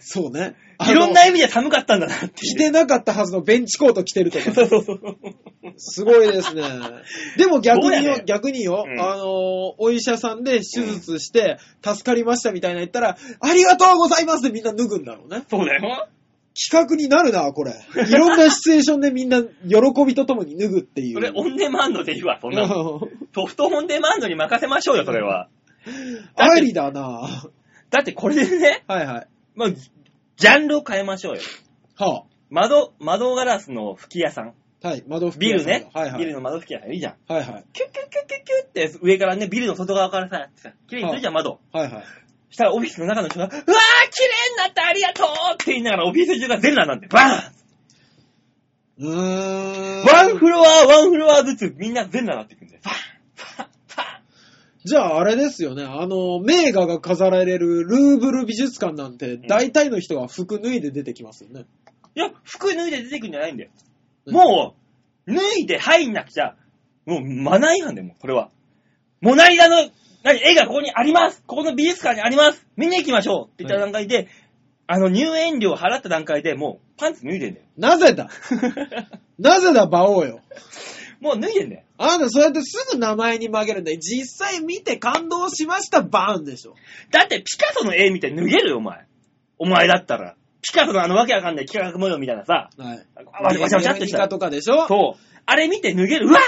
S2: そうね。
S1: ら。いろんな
S2: あの
S1: 意味で寒かったんだなっていう。
S2: 着てなかったはずのベンチコート着てる
S1: [laughs]
S2: とか。
S1: そうそうそう。
S2: すごいですね。でも逆
S1: どうや
S2: によ、
S1: ねん
S2: 逆によ、
S1: うん
S2: あのー、お医者さんで手術して助かりましたみたいな言ったら、ありがとうございますってみんな脱ぐんだろうね。
S1: そうだよ。
S2: 企画になるな、これ。いろんなシチュエーションでみんな喜びとともに脱ぐっていう。
S1: それオンデマンドでいいわ、そんなの。
S2: [laughs] うん
S1: ソフトオンデマンドに任せましょうよ、それは。
S2: ありだな
S1: だってこれでね、
S2: はいはい。
S1: まあ、ジャンルを変えましょうよ。
S2: は
S1: 窓、窓ガラスの吹き屋さん。
S2: あ。はい、窓拭き
S1: ビ
S2: 屋
S1: ル
S2: さん
S1: ね。
S2: はいは
S1: ビル
S2: い。
S1: の窓吹き屋さん。いいじゃん。
S2: はいはい。
S1: キュッキュッキュッキュッキュッって上からね、ビルの外側からさ、綺麗にするじゃん、窓。
S2: はいはい。
S1: したらオフィスの中の人が、うわー綺麗になったありがとうって言いながらオフィス中が全裸なんで、バ
S2: うー
S1: ー
S2: ん。
S1: ンワンフロア、ワンフロアずつみんな全裸になっていくんで、バーンバーン
S2: じゃああれですよね、あの、名画が飾られるルーブル美術館なんて、大体の人が服脱いで出てきますよね。
S1: いや、服脱いで出てくんじゃないんだよ。
S2: うん
S1: もう、脱いで入んなくちゃ、もうマナー違反だよ、もう、これは。モナリザの、何、絵がここにありますここの美術館にあります見に行きましょうって言った段階で、あの、入園料を払った段階でもう、パンツ脱いでんだよ。 [laughs]
S2: なぜだなぜだ、馬王よ。
S1: もう脱いでんだよ。
S2: あなたそうやってすぐ名前に曲げるんだよ。実際見て感動しました、バーンでしょ。
S1: だって、ピカソの絵見て脱げるよ、お前。お前だったら。ピカソのあのわけわかんない企画模様みたいなさ、
S2: はい。
S1: わしゃわしゃわしゃって
S2: ニ
S1: した
S2: カ
S1: ら。
S2: とかでしょ
S1: そう。あれ見て脱げる。うわ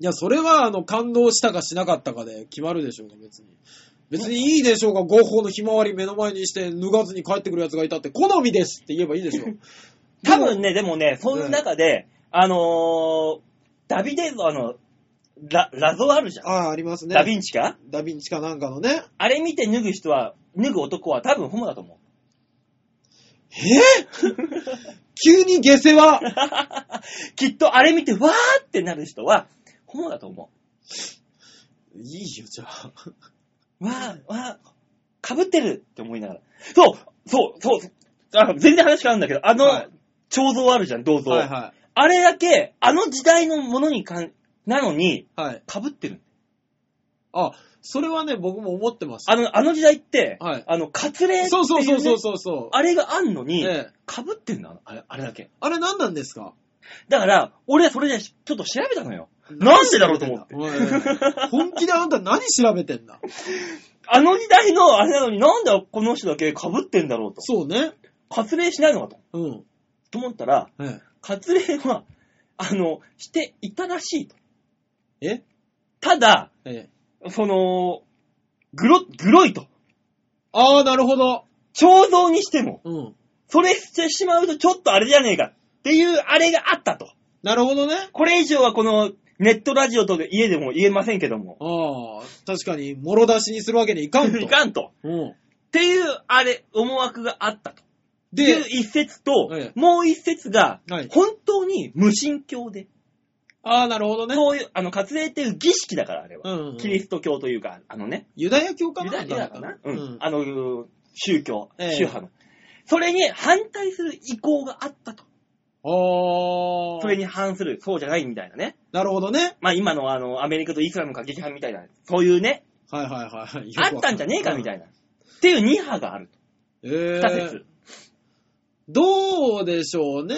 S2: いや、それは、あの、感動したかしなかったかで決まるでしょうが、別に。別にいいでしょうが、ゴッホのひまわり目の前にして、脱がずに帰ってくる奴がいたって、好みですって言えばいいでしょ
S1: [laughs]
S2: う。
S1: 多分ね、でもね、その中で、あのー、ダビデ像、あの、ラ、ラゾあるじゃん。
S2: ああ、ありますね。
S1: ダヴィンチか
S2: ダヴィンチかなんかのね。
S1: あれ見て脱ぐ人は、脱ぐ男は多分ホモだと思う。
S2: え [laughs] ー急に下世話。
S1: きっとあれ見て、わーってなる人は、ホモだと思
S2: いいよ、じゃあ。
S1: う。わー、わー、被ってるって思いながら。そう、そう、そう、あ全然話変わるんだけど、あの、
S2: はい
S1: 彫像あるじゃん、銅像。
S2: はいは
S1: あれだけ、あの時代のものにかん、なのに、
S2: い。はい。
S1: 被ってる。
S2: あ、それはね、僕も思ってます。
S1: あの、あの時代って、
S2: はい
S1: あの、割礼っていう、ね。
S2: そうそうそうそうそうそう。
S1: あれがあんのに、
S2: ええ
S1: かぶってんのあれあれだけ。
S2: あれ何なんですか
S1: だから、俺はそれでちょっと調べたのよ。なんでだろうと思って。
S2: おいおいおい本気であんた何調べてんだ
S1: あの時代のあれなのになんでこの人だけかぶってんだろうと。
S2: そうね。
S1: 割礼しないのかと。
S2: うん。
S1: と思ったら、
S2: え
S1: 割礼は、あの、していたらしいと。
S2: え
S1: ただ、
S2: ええ。
S1: その、グロ、グロいと。
S2: ああ、なるほど。
S1: 彫像にしても、
S2: うん。
S1: それしてしまうとちょっとあれじゃねえかっていうあれがあったと。
S2: なるほどね。
S1: これ以上はこのネットラジオとで家でも言えませんけども。
S2: ああ、確かに、もろ出しにするわけにいかんと。
S1: [laughs] いかんと。
S2: うん。
S1: っていう、あれ、思惑があったと。いう
S2: で、
S1: 一説と、
S2: え
S1: もう一説が、
S2: はい
S1: 本当に無神教で、
S2: ああ、なるほどね。
S1: そういう、あの、活礼っていう儀式だから、あれ
S2: う
S1: は。
S2: んうんうん、
S1: キリスト教というか、あのね、
S2: ユダヤ教か
S1: ユダ
S2: な
S1: ヤだかな、
S2: う
S1: うんん、あの、宗教、
S2: ええ
S1: 宗派の。それに反対する意向があったと。
S2: ああ、
S1: それに反する、そうじゃないみたいなね。
S2: なるほどね。
S1: まあ今のあの、アメリカとイスラム過激派みたいな、そういうね、
S2: はいはいはい。
S1: あったんじゃねえかみた
S2: い
S1: いな。っていう二派があると。
S2: な。ええ
S1: 二説。
S2: どうでしょうね。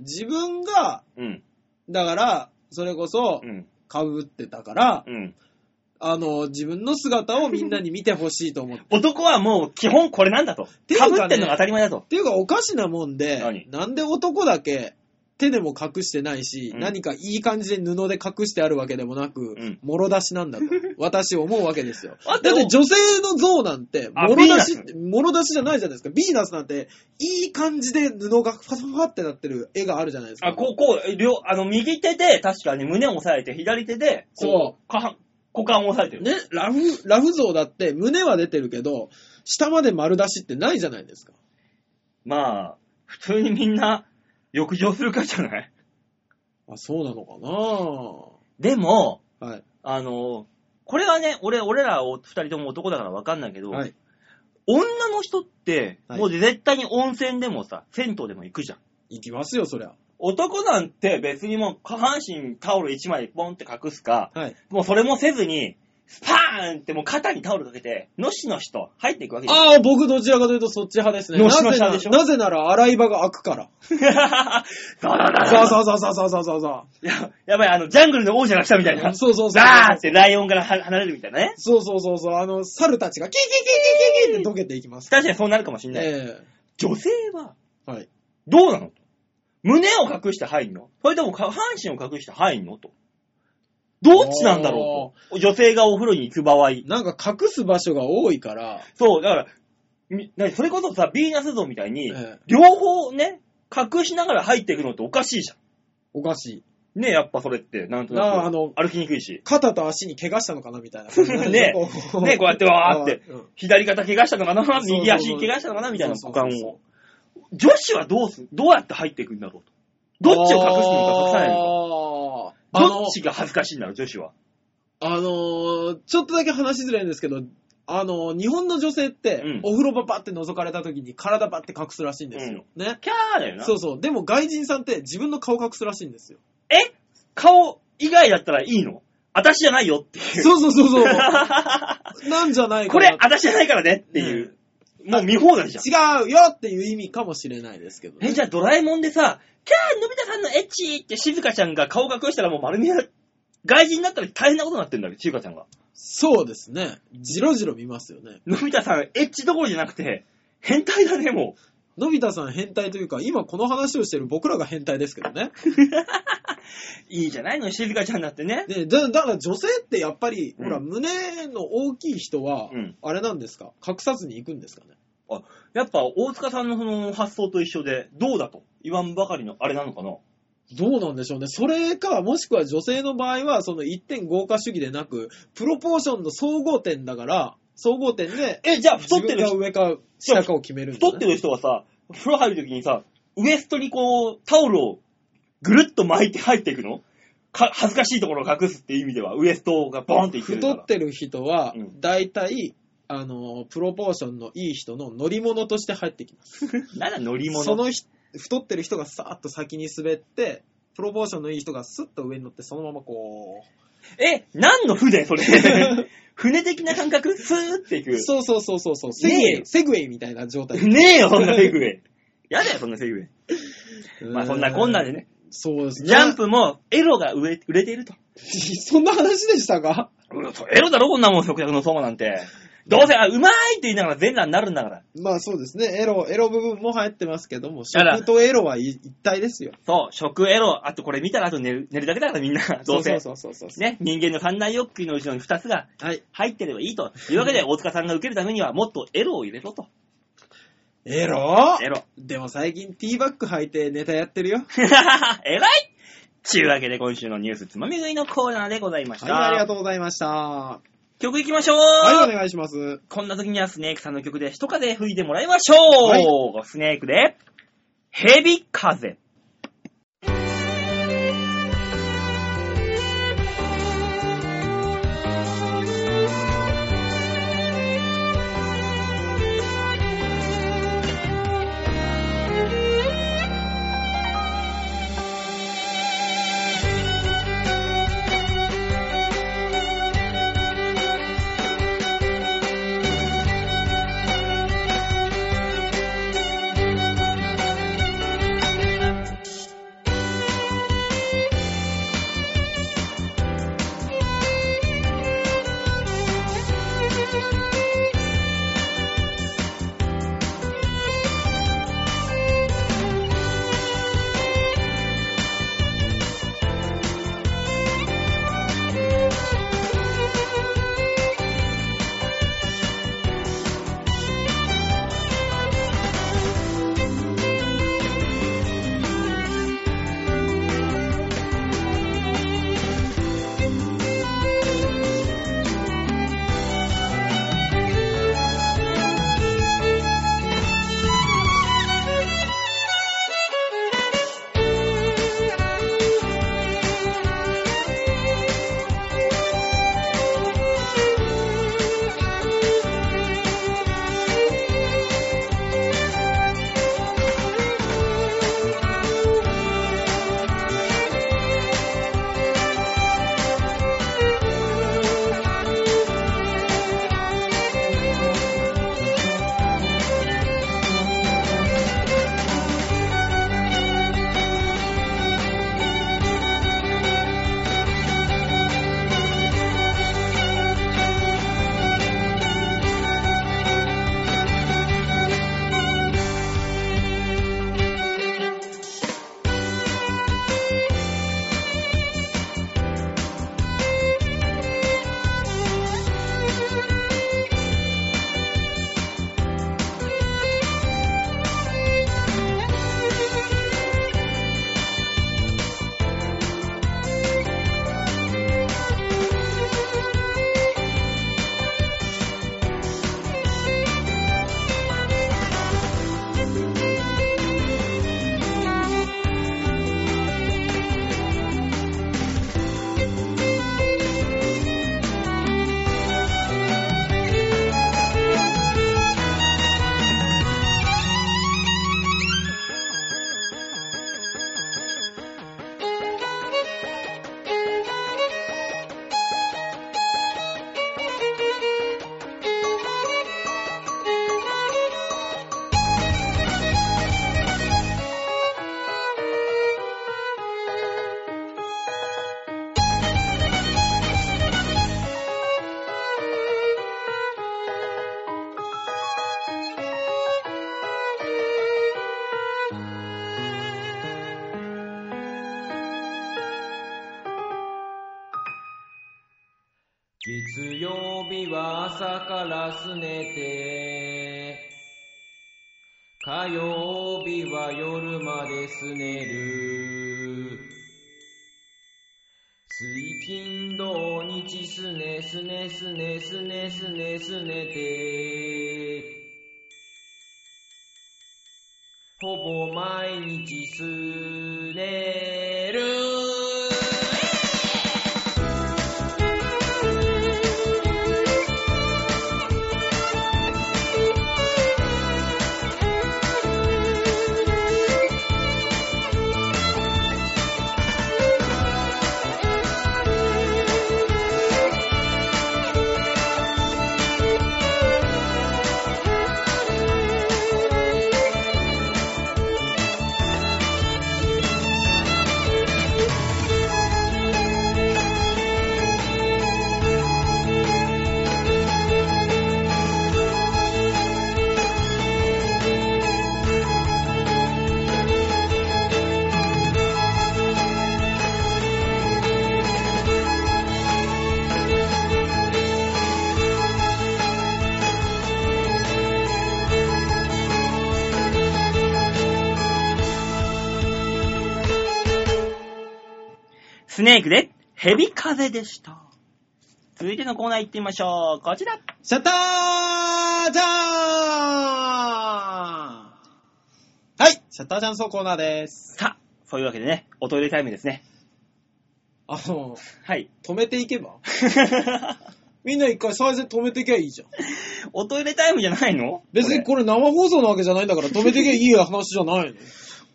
S2: 自分が、
S1: うん。
S2: だから、それこそ
S1: う、ん。
S2: 被ってたから、
S1: うん。
S2: あの、自分の姿をみんなに見てほしいと思って。っ
S1: 男はもう基本これなんだと。
S2: ていう
S1: か
S2: かね
S1: ぶってんのが当たり前だと。
S2: ていうか、おかしなもんで
S1: 何、
S2: なんで男だけ手でも隠してないし、
S1: うん
S2: 何かいい感じで布で隠してあるわけでもなく、
S1: うん
S2: もろ出し
S1: [laughs]
S2: なんだと、私思うわけですよ。
S1: あ
S2: だ
S1: で
S2: っ
S1: も
S2: て女性の像なんて、
S1: あ
S2: もろ出し
S1: ヴィーナ、
S2: もろ出しじゃないじゃないですか。ビーナスなんて、いい感じで布がファファファってなってる絵があるじゃないですか。
S1: あ、こう、こう、両、あの、右手で、確かに胸を押さえて、左手で、こう、か股間を押さえてる。
S2: ね、ラフ、ラフ像だって胸は出てるけど、下まで丸出しってないじゃないですか。
S1: まあ、普通にみんな、浴場するかじゃない
S2: あ、そうなのか
S1: でも、
S2: なはい。
S1: あの、これはね、俺、俺らお二人とも男だからわかんないけど、
S2: はい。
S1: 女の人って、
S2: はい
S1: もう絶対に温泉でもさ、銭湯でも行くじゃん。
S2: 行きますよ、そりゃ。
S1: 男なんて別にもう下半身タオル1枚ポンって隠すか、
S2: はい。
S1: もうそれもせずに、スパーンってもう肩にタオルかけて、のしのしと入っていくわけじ [laughs] ゃん。
S2: ああ、僕どちらかというとそっち派ですね。
S1: の
S2: な
S1: しのし
S2: ぜな
S1: 派でしょ
S2: なぜなら洗い場が開くから。
S1: そうだ
S2: ザー
S1: う
S2: ザーザーザーザーザーザーザ
S1: ややばい、あの、ジャングルの王者が来たみたいな。
S2: ー。そうそうそうそう。
S1: ザーってライオンからは離れるみたいなね。
S2: そうそうそうそう。あの、猿たちがキーキーキーキーキーキーって溶けていきます。
S1: 確かにそうなるかもしんない。
S2: え
S1: 女性は、
S2: えはい。
S1: どうなの胸を隠して入んのそれとも下半身を隠して入んのと。どっちなんだろうと。女性がお風呂に行く場合。
S2: なんか隠す場所が多いから、
S1: そう、だから、みなにそれこそさ、ビーナス像みたいに、
S2: ええ
S1: 両方ね、隠しながら入っていくのっておかしいじゃ
S2: おかしい。
S1: ん。ねやっぱそれって、なんと
S2: ああ
S1: な
S2: あの
S1: く歩きにくいし。
S2: 肩と足に怪我したのかなみたいな感じなんで。
S1: ね
S2: [laughs]
S1: ねこうやってわーって
S2: あー。うん
S1: 左肩怪我したのかな
S2: そうそう
S1: 右足怪我したのかなみたいな
S2: そ
S1: 股
S2: う
S1: 間
S2: そうそう
S1: を。女子はどうす、どうやって入っていくんだろうと。どっちを隠すのか隠さないのか。
S2: あーあ
S1: ど
S2: の
S1: っちが恥ずかしいんだろう、女子は。
S2: あのーちょっとだけ話しづらいんですけど、あのー日本の女性って、
S1: うん
S2: お風呂場バって覗かれた時に体バって隠すらしいんですよ。ね。
S1: キャーだよな。
S2: そうそう。でも外人さんって自分の顔隠すらしいんですよ。
S1: え顔以外だったらいいの私じゃないよっていう。
S2: そうそうそうそう。 [laughs] なんじゃな
S1: [laughs]
S2: い
S1: こ
S2: かな。
S1: れ、私じゃないからねっていう。もう見放題じゃん。
S2: 違うよっていう意味かもしれないですけど、
S1: え、
S2: ね。
S1: じゃあドラえもんでさ、キャー、のび太さんのエッチって静香ちゃんが顔隠したらもう丸見えだ。外人だったら大変なことになってんだけど、静香ちゃんが。
S2: そうですね。じろじろ見ますよね。
S1: のび太さん、エッチどころじゃなくて、変態だね、もう。
S2: のび太さん変態というか、今この話をしてる僕らが変態ですけど
S1: [laughs]
S2: ね。
S1: いいじゃないの、静香ちゃんだってね。
S2: でだだから女性ってやっぱり、
S1: うん
S2: ほら、胸の大きい人は、
S1: うん
S2: あれなんですか隠さずに行くんですかね
S1: やっぱ、大塚さんのその発想と一緒で、どうだと言わんばかりのあれなのかな。
S2: どうなんでしょうね。それか、もしくは女性の場合は、その1.5化主義でなく、プロポーションの総合点だから、総合点で、
S1: え、じゃあ太って
S2: 自
S1: る人、
S2: 分が上か下かを決めるんだ、ね。
S1: 太ってる人はさ、風呂入るときにさ、ウエストにこう、タオルをぐるっと巻いて入っていくのか恥ずかしいところを隠すっていう意味では、ウエストがボーンっていってるか
S2: 太
S1: ら。
S2: ってる人は
S1: う、ん
S2: 大体、あの、プロポーションのいい人の乗り物として入ってきます。
S1: なんだ乗り物
S2: そのひ太ってる人がさーっと先に滑って、プロポーションのいい人がスッと上に乗って、そのままこ、
S1: え、何の船 [laughs] それ。船的な感覚スーっていうく。
S2: そうそうそうそうそう、セグウ
S1: ねえ
S2: ェ
S1: よ
S2: イ、セグウェイみたいな状態。
S1: ねえよ、そんなセグウェイ。やだよ、そんなセグウェイ。 [laughs] まあ、そんなこんなでね。
S2: そうですね。
S1: ジャンプもエロが売れ売れていると。
S2: そんな話でしたか
S1: うんそうエロだろ、こんなもん、食卓の相馬なんて。どうせ、あ、うまいって言いながら全裸になるんだから。
S2: まあそうですね。エロ、エロ部分も入ってますけども、
S1: あら
S2: 食とエロはい一体ですよ。
S1: そう、食エロ、あとこれ見たらあと寝る寝るだけだからみんな、どうせ。
S2: そうそうそうそう。
S1: ね、人間の三大欲求のうちの二つが
S2: はい。
S1: 入ってればいいというわけで、大塚さんが受けるためにはもっとエロを入れろと。
S2: エロ
S1: エロ。
S2: でも最近ティーバッグ履いてネタやってるよ。
S1: [laughs] 偉いちゅうわけで今週のニュースつまみ食いのコーナーでございまし
S2: はい、
S1: た。
S2: ありがとうございました。は
S1: 曲行きましょう、
S2: い、お願いします。
S1: こんな時にはスネークさんの曲で一風吹いてもらいましょう、
S2: はい
S1: スネークで、ヘビ風。
S4: 「月曜日は朝からすねて火曜日は夜まですねる水金土日すねすねすねすねすねすねてほぼ毎日すねる
S1: スネークで、ヘビ風でした。続いてのコーナー行ってみましょう。こちら。
S2: シャッターチャンはい、シャッターチャンスのコーナーです。
S1: さあ、そういうわけでね、おトイレタイムですね。
S2: あの、
S1: はい。
S2: 止めていけばみんな一回再生止めてきゃいいじゃん。
S1: [laughs] おトイレタイムじゃないの
S2: 別にこれ生放送なわけじゃないんだから止めてきゃいい話じゃないの。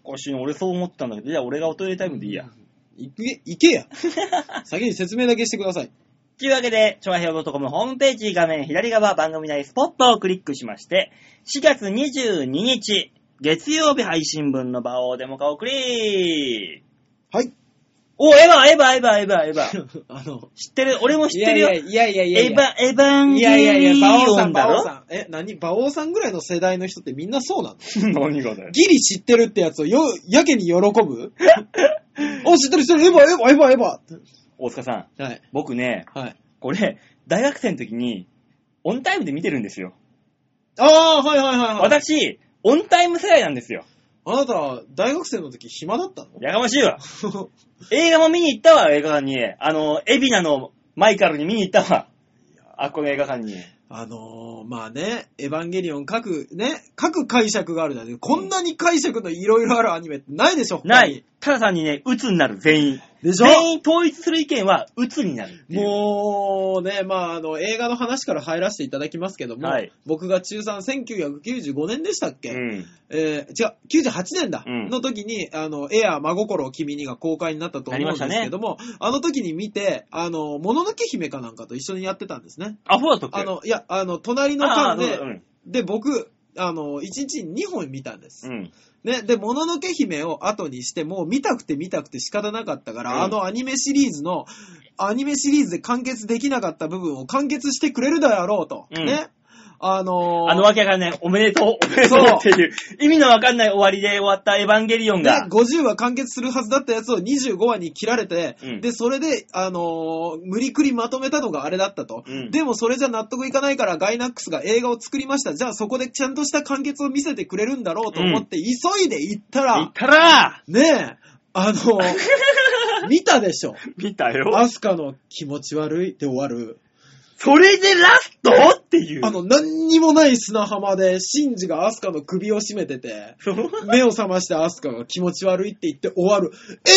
S1: おかしいな俺そう思ったんだけど、じゃあ俺がおトイレタイムでいいや。
S2: 行け、行け [laughs] や。先に説明だけしてください。
S1: というわけで、超平洋 .com ホームページ画面左側番組内スポットをクリックしまして、4月22日、月曜日配信分の場をデモ化をクリック
S2: はい。
S1: お、エヴァ、エヴァ、エヴァ、エヴァ、エヴァ。
S2: [laughs] あの、
S1: 知ってる俺も知ってるよ。
S2: いやいやいやいやいや
S1: エヴァ、エヴァン
S2: い
S1: ゲ
S2: やいやいや、
S1: リ
S2: 馬王
S1: オ
S2: さ
S1: ン
S2: ん、
S1: だ
S2: 馬王
S1: ろ
S2: さん。え、何馬王さんぐらいの世代の人ってみんなそうなの
S1: 何がだよ。
S2: ギリ知ってるってやつをよ、やけに喜ぶお、知ってる知ってる、エヴァ、エヴァ、エヴァ、エヴ
S1: [laughs] 大塚さん、
S2: ァ。はい、
S1: 僕ね、
S2: はい。
S1: これ、大学生の時に、オンタイムで見てるんですよ。
S2: ああ、はいはいはい、はい。
S1: 私、オンタイム世代なんですよ。
S2: あなた、大学生の時暇だった
S1: やかましいわ。
S2: の
S1: 映画も見に行ったわ、映画館に。あの、エビナのマイカルに見に行ったわ。あっこの映画館に。
S2: [laughs] あのー、まあね、エヴァンゲリオン各、ね、各解釈があるじゃないこんなに解釈のいろいろあるアニメってないでしょ他に
S1: ない。たださんにね、鬱になる、全員。
S2: でしょ
S1: 全員統一する意見は、鬱になるっていう。
S2: もうね、まあ、あの、映画の話から入らせていただきますけども、
S1: はい
S2: 僕が中3、1995年でしたっけ、
S1: うん。
S2: えー違う、98年だ、
S1: うん
S2: の時に、あの、エアー真心を君にが公開になったと思うんですけども、あの時に見て、あの、もののけ姫かなんかと一緒にやってたんですね。
S1: アホだと
S2: あ、の、いや、あの、隣の
S1: ああ
S2: 間
S1: どう
S2: で、
S1: ぞうん
S2: で、僕、あの、1日に2本見たんです。
S1: うん。
S2: ね、で、もののけ姫を後にして、もう見たくて見たくて仕方なかったから、
S1: うん
S2: あのアニメシリーズの、アニメシリーズで完結できなかった部分を完結してくれるだろうと。
S1: うん
S2: ね。あのー
S1: あのわけがね、おめでとう、おめでとう
S2: そう
S1: っていう、意味のわかんない終わりで終わったエヴァンゲリオン
S2: ね
S1: が、
S2: 50話完結するはずだったやつを25話に切られて、
S1: うん
S2: で、それで、あのー無理くりまとめたのがあれだったと。
S1: うん
S2: でもそれじゃ納得いかないからガイナックスが映画を作りました。じゃあそこでちゃんとした完結を見せてくれるんだろうと思って、急いで行ったら、
S1: 行ったら、
S2: ねえ、
S1: [laughs]
S2: あのー見たでしょ。
S1: 見たよ。
S2: アスカの気持ち悪いで終わる。
S1: それでラストっていう。
S2: あの、何にもない砂浜で、シンジがアスカの首を絞めて
S1: [laughs]
S2: て、
S1: そう、
S2: 目を覚ましてアスカが気持ち悪いって言って終わる。え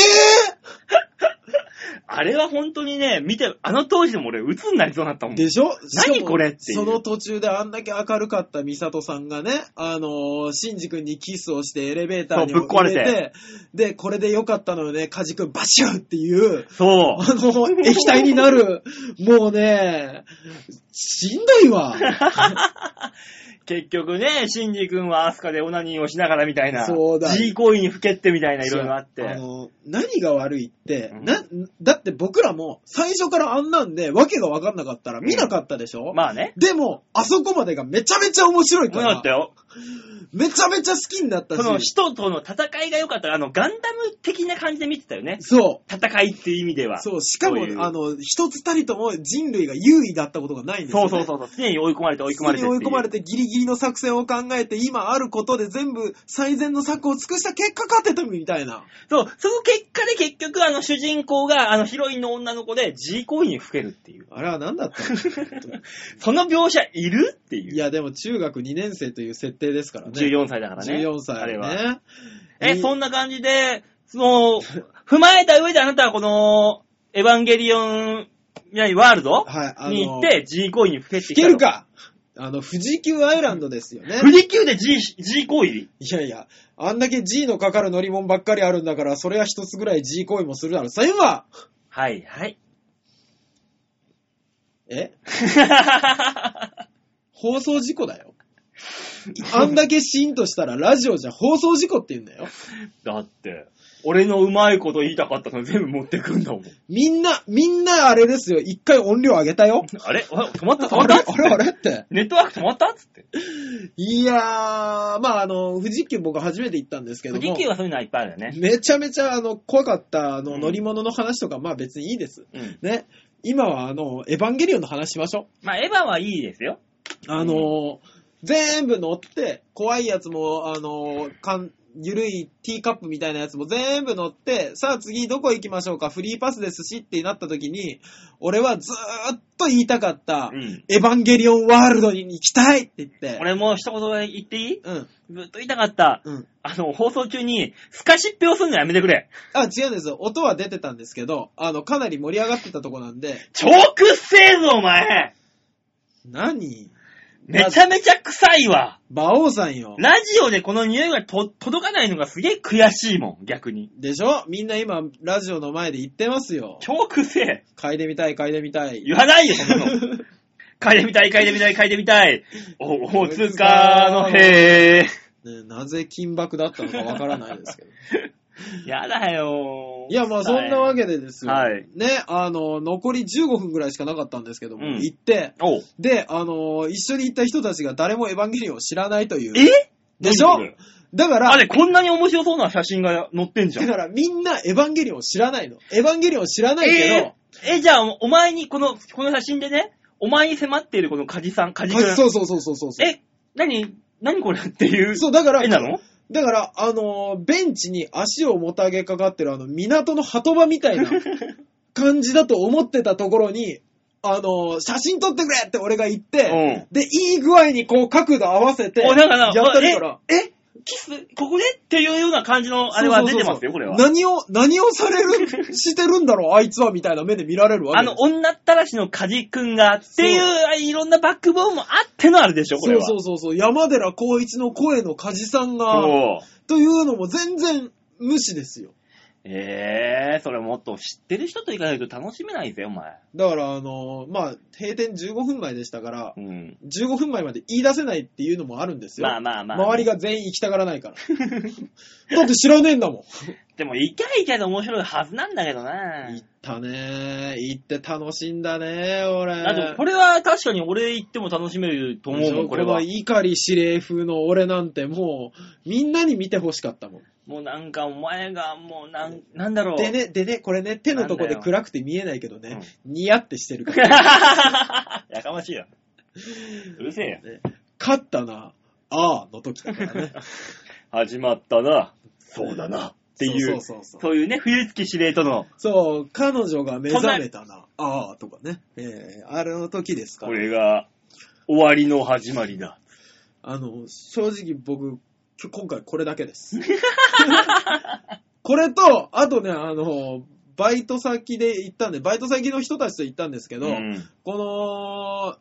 S1: あれは本当にね、見て、あの当時でも俺、鬱になりそうになったも
S2: ぇ
S1: ん。
S2: でしょ
S1: 何
S2: しかも
S1: これっていう
S2: その途中であんだけ明るかったミサトさんがね、あのー、シンジ君にキスをしてエレベーターに
S1: そう
S2: も
S1: ぶっ壊れて
S2: 入で、これでよかったのよね、カジ君バシューっていう。
S1: そう。
S2: あの、液体になる。もうね、しんどいわ。
S1: 結局ね、シンジ君はアスカでオナニーをしながらみたいな、
S2: そうだ
S1: G 行為にふけってみたいないろいろあって。
S2: あの、何が悪いって、
S1: うん
S2: な、だって僕らも最初からあんなんで、わけがわかんなかったら見なかったでしょ、
S1: まあね。
S2: でも、あそこまでがめちゃめちゃ面白いか
S1: 面白からった。よ。
S2: めちゃめちゃ好きになった
S1: その
S2: し。
S1: 人との戦いが良かったら、あの、ガンダム的な感じで見てたよね。
S2: そう。
S1: 戦いっていう意味では。
S2: そう、しかも、
S1: そういう
S2: あの、一つたりとも人類が優位だったことがないんですよ、
S1: そ
S2: ね。
S1: うそうそうそう。常に追い込まれて追い込まれてって
S2: 追
S1: う。
S2: い込まれてギリギリの作戦を考えて、今あることで全部最善の策を尽くした結果勝てたみたいな。
S1: そう、その結果で結局、あの、主人公が、あの、ヒロインの女の子で G 行為に吹けるっていう。
S2: あれは何だったの
S1: その描写いるっていう。
S2: いや、でも中学2年生という設定ですからね。
S1: 14歳だからね。
S2: 14歳、ね。
S1: あれは。
S2: う
S1: え、
S2: ん
S1: そんな感じで、その、踏まえた上であなたはこの、エヴァンゲリオン、いやワールド
S2: はい、あの、
S1: に行って、G 行為に吹けって
S2: 聞け
S1: き
S2: る
S1: たの。
S2: かあの、富士急アイランドですよね。
S1: 富士急で G、G 行為
S2: いやいや、あんだけ G のかかる乗り物ばっかりあるんだから、それは一つぐらい G 行為もするだろう。さ、今
S1: はい、 [laughs] はい。
S2: え放送事故だよ。あんだけシーンとしたらラジオじゃ放送事故って言うんだよ。
S1: だって、俺のうまいこと言いたかったの全部持ってくんだもん。
S2: みんな、みんなあれですよ。一回音量上げたよ。
S1: あれあ止まった止ま
S2: あ
S1: っ
S2: れ
S1: たっつ
S2: あ
S1: って
S2: れあれって。
S1: ネットワーク止まったっつって。
S2: いやー、まああの、富士急僕初めて行ったんですけども。
S1: 富士急はそういうのはいっぱいあるよね。
S2: めちゃめちゃあの、怖かったあ
S1: う
S2: の
S1: ん
S2: 乗り物の話とか、まあ別にいいです。
S1: うん。
S2: ね。今はあの、エヴァンゲリオンの話しましょ
S1: まあ、エヴァはいいですよ。
S2: う。あのー、全部乗って、怖いやつも、あのー、かん、ゆるいティーカップみたいなやつも全部乗って、さあ次どこ行きましょうか、フリーパスですしってなった時に、俺はずーっと言いたかった、
S1: うん。
S2: エヴァンゲリオンワールドに行きたいって言って、
S1: 俺も一言言っていい
S2: うん、
S1: ずっと言いたかった。
S2: うん。
S1: あの、放送中に、スカシッペをするのやめてくれ。
S2: あ、違うんですよ。音は出てたんですけど、あの、かなり盛り上がってたとこなんで、
S1: 超くっせえぞ、お前
S2: 何
S1: めちゃめちゃ臭いわ
S2: 馬王さんよ。
S1: ラジオでこの匂いがと届かないのがすげえ悔しいもん、逆に。
S2: でしょみんな今、ラジオの前で言ってますよ。
S1: 超くせえ
S2: 嗅いでみたい、嗅いでみたい。
S1: 言わないよ、そん [laughs] なの。嗅いでみたい、嗅いでみたい、嗅いでみたい。お、お、つかのへ
S2: ねなぜ金箔だったのかわからないで
S1: [laughs]
S2: すけど。
S1: ー。やだよー。
S2: いや、まあそんなわけでですよ。
S1: はい
S2: ね、あの、残り15分ぐらいしかなかったんですけども、
S1: うん
S2: 行って、
S1: おう
S2: で、あの、一緒に行った人たちが誰もエヴァンゲリオンを知らないという。
S1: え
S2: でしょだから、
S1: あれ、こんなに面白そうな写真が載ってんじゃ
S2: だ
S1: ん。
S2: からみんなエヴァンゲリオンを知らないの。エヴァンゲリオンを知らないけど、
S1: えーえじゃあ、お前に、この、この写真でね、お前に迫っているこのカジさん、カジ君。
S2: そうそうそうそうそうそう。
S1: え、何何これっていう。
S2: そう、だから、
S1: 絵な
S2: [laughs]
S1: の
S2: だから、あのーベンチに足をもたげかかってるあの、港の鳩場みた
S1: [laughs]
S2: いな感じだと思ってたところに、あのー写真撮ってくれって俺が言って、で、いい具合にこう角度合わせて、や
S1: お、
S2: っ
S1: なんかな、
S2: たるから、
S1: え、えキス、ここでっていうような感じの、あれは
S2: そう
S1: 出
S2: そ
S1: て
S2: うそうそう
S1: ますよ、これは。
S2: 何を、何をされる、してるんだろう、あいつは、みたいな目で見られるわけ。
S1: あの、、女ったらしのカジ君がっていう
S2: そ
S1: あ、いろんなバックボーンもあってのあれでしょ、こ
S2: そ
S1: れ
S2: う
S1: は。
S2: そうそうそう、山寺宏一の声の梶さんが、
S1: そう。
S2: というのも全然無視ですよ。
S1: ええー、それもっと知ってる人と行かないと楽しめないぜ、お前。
S2: だから、あのーまあ、閉店15分前でしたから、
S1: うん。
S2: 15分前まで言い出せないっていうのもあるんですよ。
S1: まあまあまあ。
S2: 周りが全員行きたがらないから。
S1: [laughs]
S2: だって知らねえんだも。
S1: でも、行きゃ行きゃで面白いはずなんだけどなん
S2: 行ったね行って楽しんだね俺。
S1: あと、これは確かに俺行っても楽しめると思うもん、これ
S2: この
S1: は。
S2: 碇司令風の俺なんてもう、みんなに見てほしかったもん。
S1: もうなんか、お前がもう、なん、なんだろう。 [laughs]
S2: でね、でね、これね、手のとこで暗くて見えないけど
S1: なん
S2: ね
S1: だよ、
S2: ニヤってしてるから。
S1: [laughs] やかましいよ。うるせえよ。
S2: 勝ったな、あーの時だから
S1: [laughs]
S2: ね。
S1: 始まったな。そうだな。っていう、
S2: そうそうそうそう。
S1: そういうね、冬月司令との、
S2: そう、彼女が目覚めたな、あーとかね。えー、あれの時ですから
S1: こ。れが、終わりの始まりだ。
S2: あの、正直僕、きょ今回これだ
S1: [laughs]
S2: けです。これと、あとね、あの、バイト先で行ったんで、バイト先の人たちと行ったんですけど、
S1: うん。
S2: この、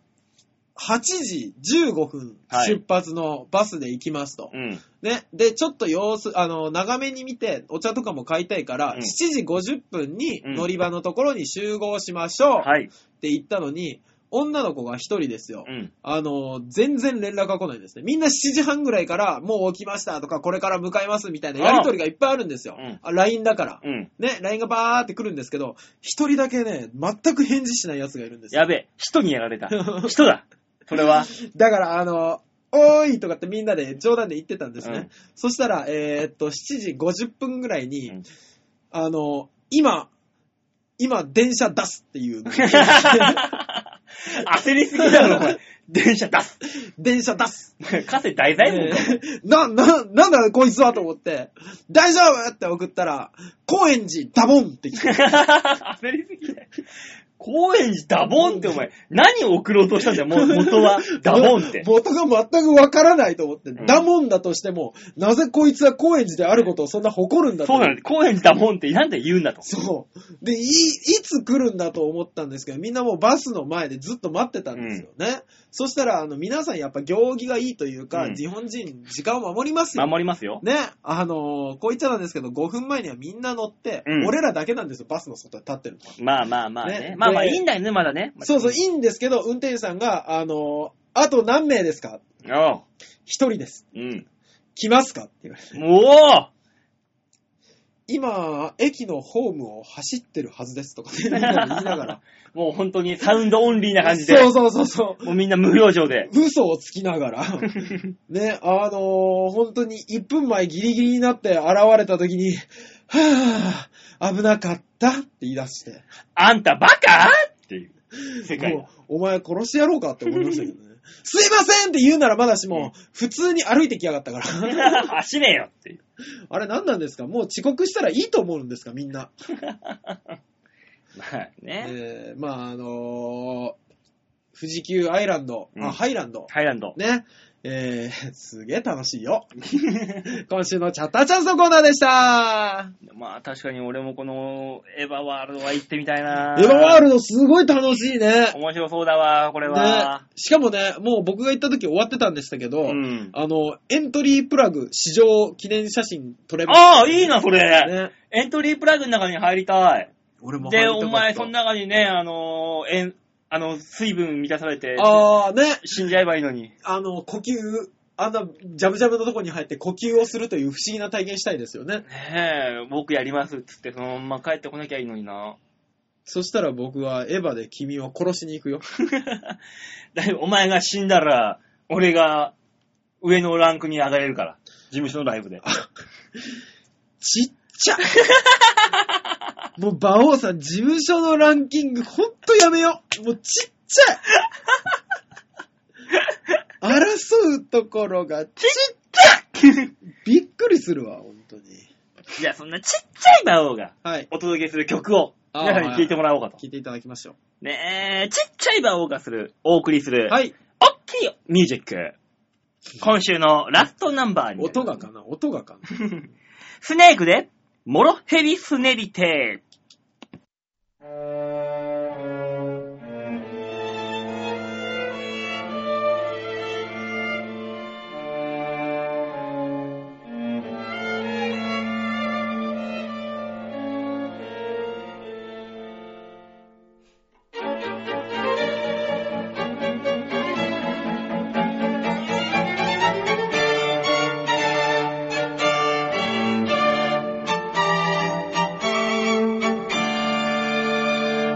S2: 8時15分
S1: はい
S2: 出発のバスで行きますと。
S1: うん。
S2: ね。で、ちょっと様子、あの、長めに見て、お茶とかも買いたいから、
S1: うん
S2: 7時50分に
S1: うん
S2: 乗り場のところに集合しましょうっ
S1: はい。
S2: て言ったのに、女の子が一人ですよ。
S1: うん。
S2: あの、全然連絡が来ないんですね。みんな7時半ぐらいから、もう起きましたとか、これから向かいますみたいなやりとりがいっぱいあるんですよ
S1: うん。
S2: あ LINE だから。
S1: うん。
S2: ね、LINE がバーって来るんですけど、一人だけね、全く返事しない奴がいるんですよ。
S1: [laughs] や
S2: [laughs]
S1: べえ、人にやられた。人だ。それは。
S2: だから、あの、おーいとかってみんなで冗談で言ってたんですね。
S1: うん
S2: そしたら、えーっと、7時50分ぐらいに、
S1: うん
S2: あの、今、今、電車出すっ
S1: [laughs]
S2: ていうの。
S1: 焦りすぎだろ、こ [laughs] れ。電車出す。
S2: 電車
S1: [laughs]
S2: 出す。
S1: カセ大財
S2: え
S1: 布か。
S2: ー [laughs] な、な、なんだこいつはと思って、大丈夫って送ったら、高円寺ダボンって来て、
S1: 焦りすぎだよ。高円寺ダボンってお前、何を送ろうとしたんだよ、もう元は。ダボンって。
S2: [laughs] 元が全くわからないと思って、
S1: ん
S2: ダボンだとしても、なぜこいつは高円寺であることをそんな誇るんだと
S1: そうなんです。高円寺ダボンってなんで言うんだと。
S2: そう。で、い、いつ来るんだと思ったんですけど、みんなもうバスの前でずっと待ってたんですよね。そしたら、あの、皆さんやっぱ行儀がいいというか、
S1: うん
S2: 日本人、時間を守りますよ。
S1: 守りますよ。
S2: [laughs] ね、あのーこう言っちゃなんですけど、5分前にはみんな乗って、
S1: うん
S2: 俺らだけなんですよ、バスの外に立ってるのは。
S1: まあまあまあね
S2: ね。
S1: まあまあい
S2: で
S1: いんだよね、まだね。
S2: そうそう、い
S1: い。
S2: いんですけど、運転手さんが、あのーあと何名ですか
S1: おう
S2: 一人です。
S1: うん。
S2: 来ますかって言われて。
S1: お
S2: 今、駅のホームを走ってるはずで
S1: [laughs]
S2: すとか、ね、みんなで言いながら。
S1: お [laughs] もう本当にサウンドオンリーな感じで。
S2: そうそうそうそう。
S1: もうみんな無表情で。
S2: 嘘をつきながら、ね、あのー本当に1分前ギリギリになって現れた時に、はぁ、危なかったって言い出して、
S1: あんたバカっていう世界。
S2: もう、お前殺してやろうかって思いましたけどね。すいませんって言うならまだしも、普通に歩いてきやがったから。
S1: [laughs]
S2: [laughs]
S1: 走れよっていう。
S2: あれ何なんですかもう遅刻したらいいと思うんですかみんな。
S1: まあね。
S2: えー、まああのー富士急アイランド、
S1: うん
S2: あ、ハイランド。
S1: ハイランド。
S2: ね。えー、すげえ楽しいよ。 [laughs] 今週のチャッターチャンスのコーナーでした。
S1: まあ確かに俺もこのエヴァワールドは行ってみたいな。
S2: エヴァワー
S1: ル
S2: ルドすごい楽しいね。
S1: 面白そうだわ、これは
S2: ね。しかもね、もう僕が行った時終わってたんでしたけど、
S1: うん
S2: あの、エントリープラグ、試乗記念写真撮れまし
S1: ああ、いいな、そ
S2: た
S1: れ。
S2: ね。
S1: エントリープラグの中に入りたい。
S2: 俺も入り
S1: で、
S2: たかった
S1: お前、その。中にね、あのー、えん、あの、水分満たされて、
S2: あーね、
S1: 死んじゃえばいいのに。
S2: あの、呼吸、あんな、ジャブジャブのとこに入って呼吸をするという不思議な体験したいですよね。
S1: ねえ、僕やりますっつって、そのまま帰ってこなきゃいいのにな。 [laughs]
S2: そしたら僕はエヴァで君を殺しに行くよ。
S1: だいぶお前が死んだら、俺が上のランクに上がれるから。事務所のライ
S2: [laughs]
S1: ブで。
S2: ちっち [laughs] ゃもう、馬王さん、事務所のランキング、ほんとやめよう。もう、ちっちゃい争うところが、ちっびっくりするわ、ほんとに。
S1: じゃあそんなちっちゃい魔王が
S2: はい。
S1: お届けする曲を
S2: あー
S1: 皆さんに聴いてもらおうかと。
S2: 聞いていただきましょ
S1: ねえ、ちっちゃい魔王がする、お送りす
S2: う。
S1: る、
S2: はい。
S1: おっきいミュージック。今週のラストナンバーに。
S2: 音がかな音がかな
S1: スネークで、モロヘビスネリテ。
S5: 「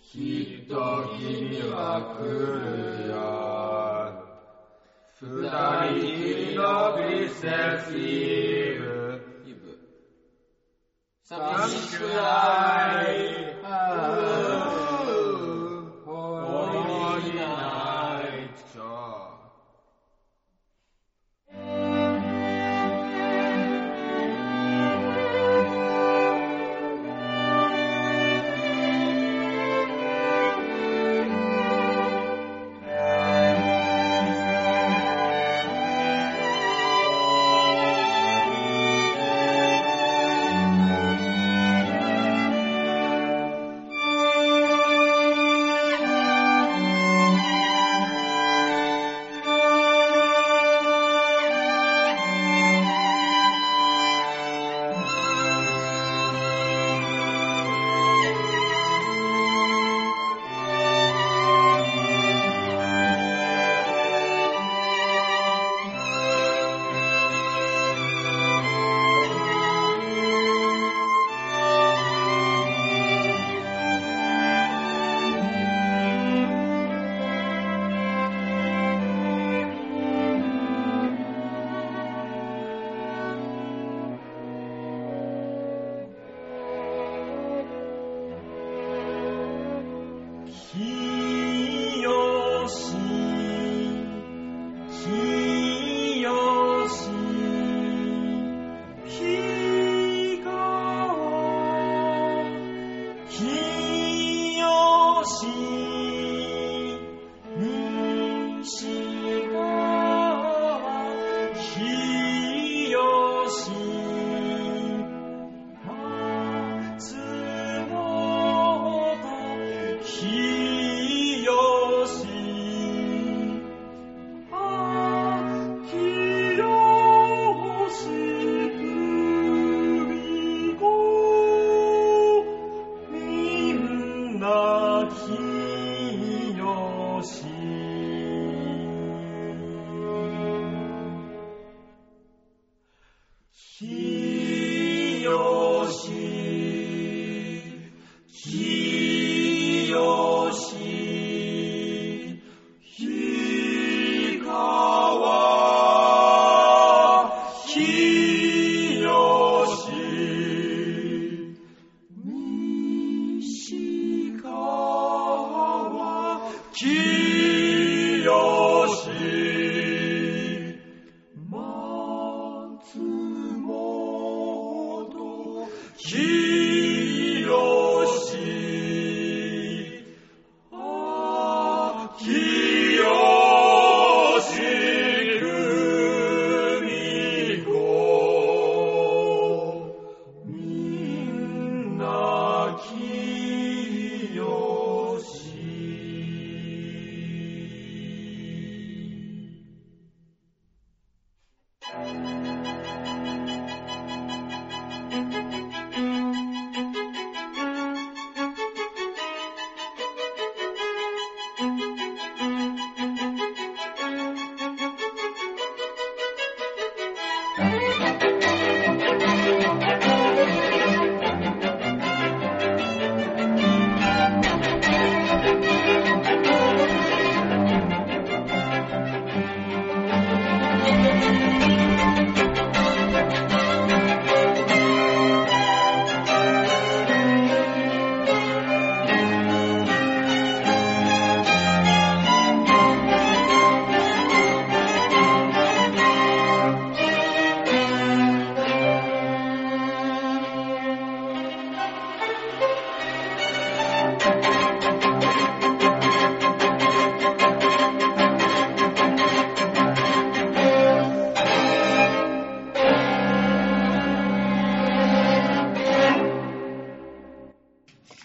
S6: きっと君は来るよ。二人きりのビセスイブ。寂しくない。ホリーナイト。
S4: きよし、きよし、きこう、きよし、にしこは、きよし、松本、ひよしあきよしくごみんなきよしひよしひよし、ひかわ、ひよし、にしかわ、きよし、まつもと、きよし、あきよしくみこ、みんなきよし。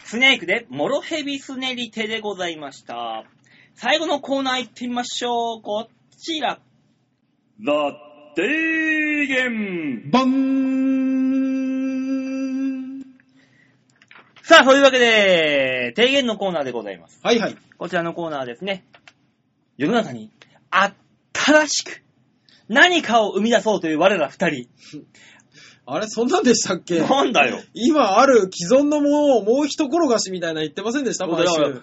S1: スネークで、モロヘビスネリ手でございました。最後のコーナー行ってみましょう。こちら。ラッテーゲン
S2: バン
S1: さあ、そういうわけで、提言のコーナーでございます。
S2: はいはい。
S1: こちらのコーナーはですね、世の中に新しく何かを生み出そうという我ら二人。
S2: あれ、そんなんでしたっけ
S1: なんだよ。
S2: 今ある既存のものをもう一転がしみたいな言ってませんでした
S1: そう
S2: 毎
S1: だよ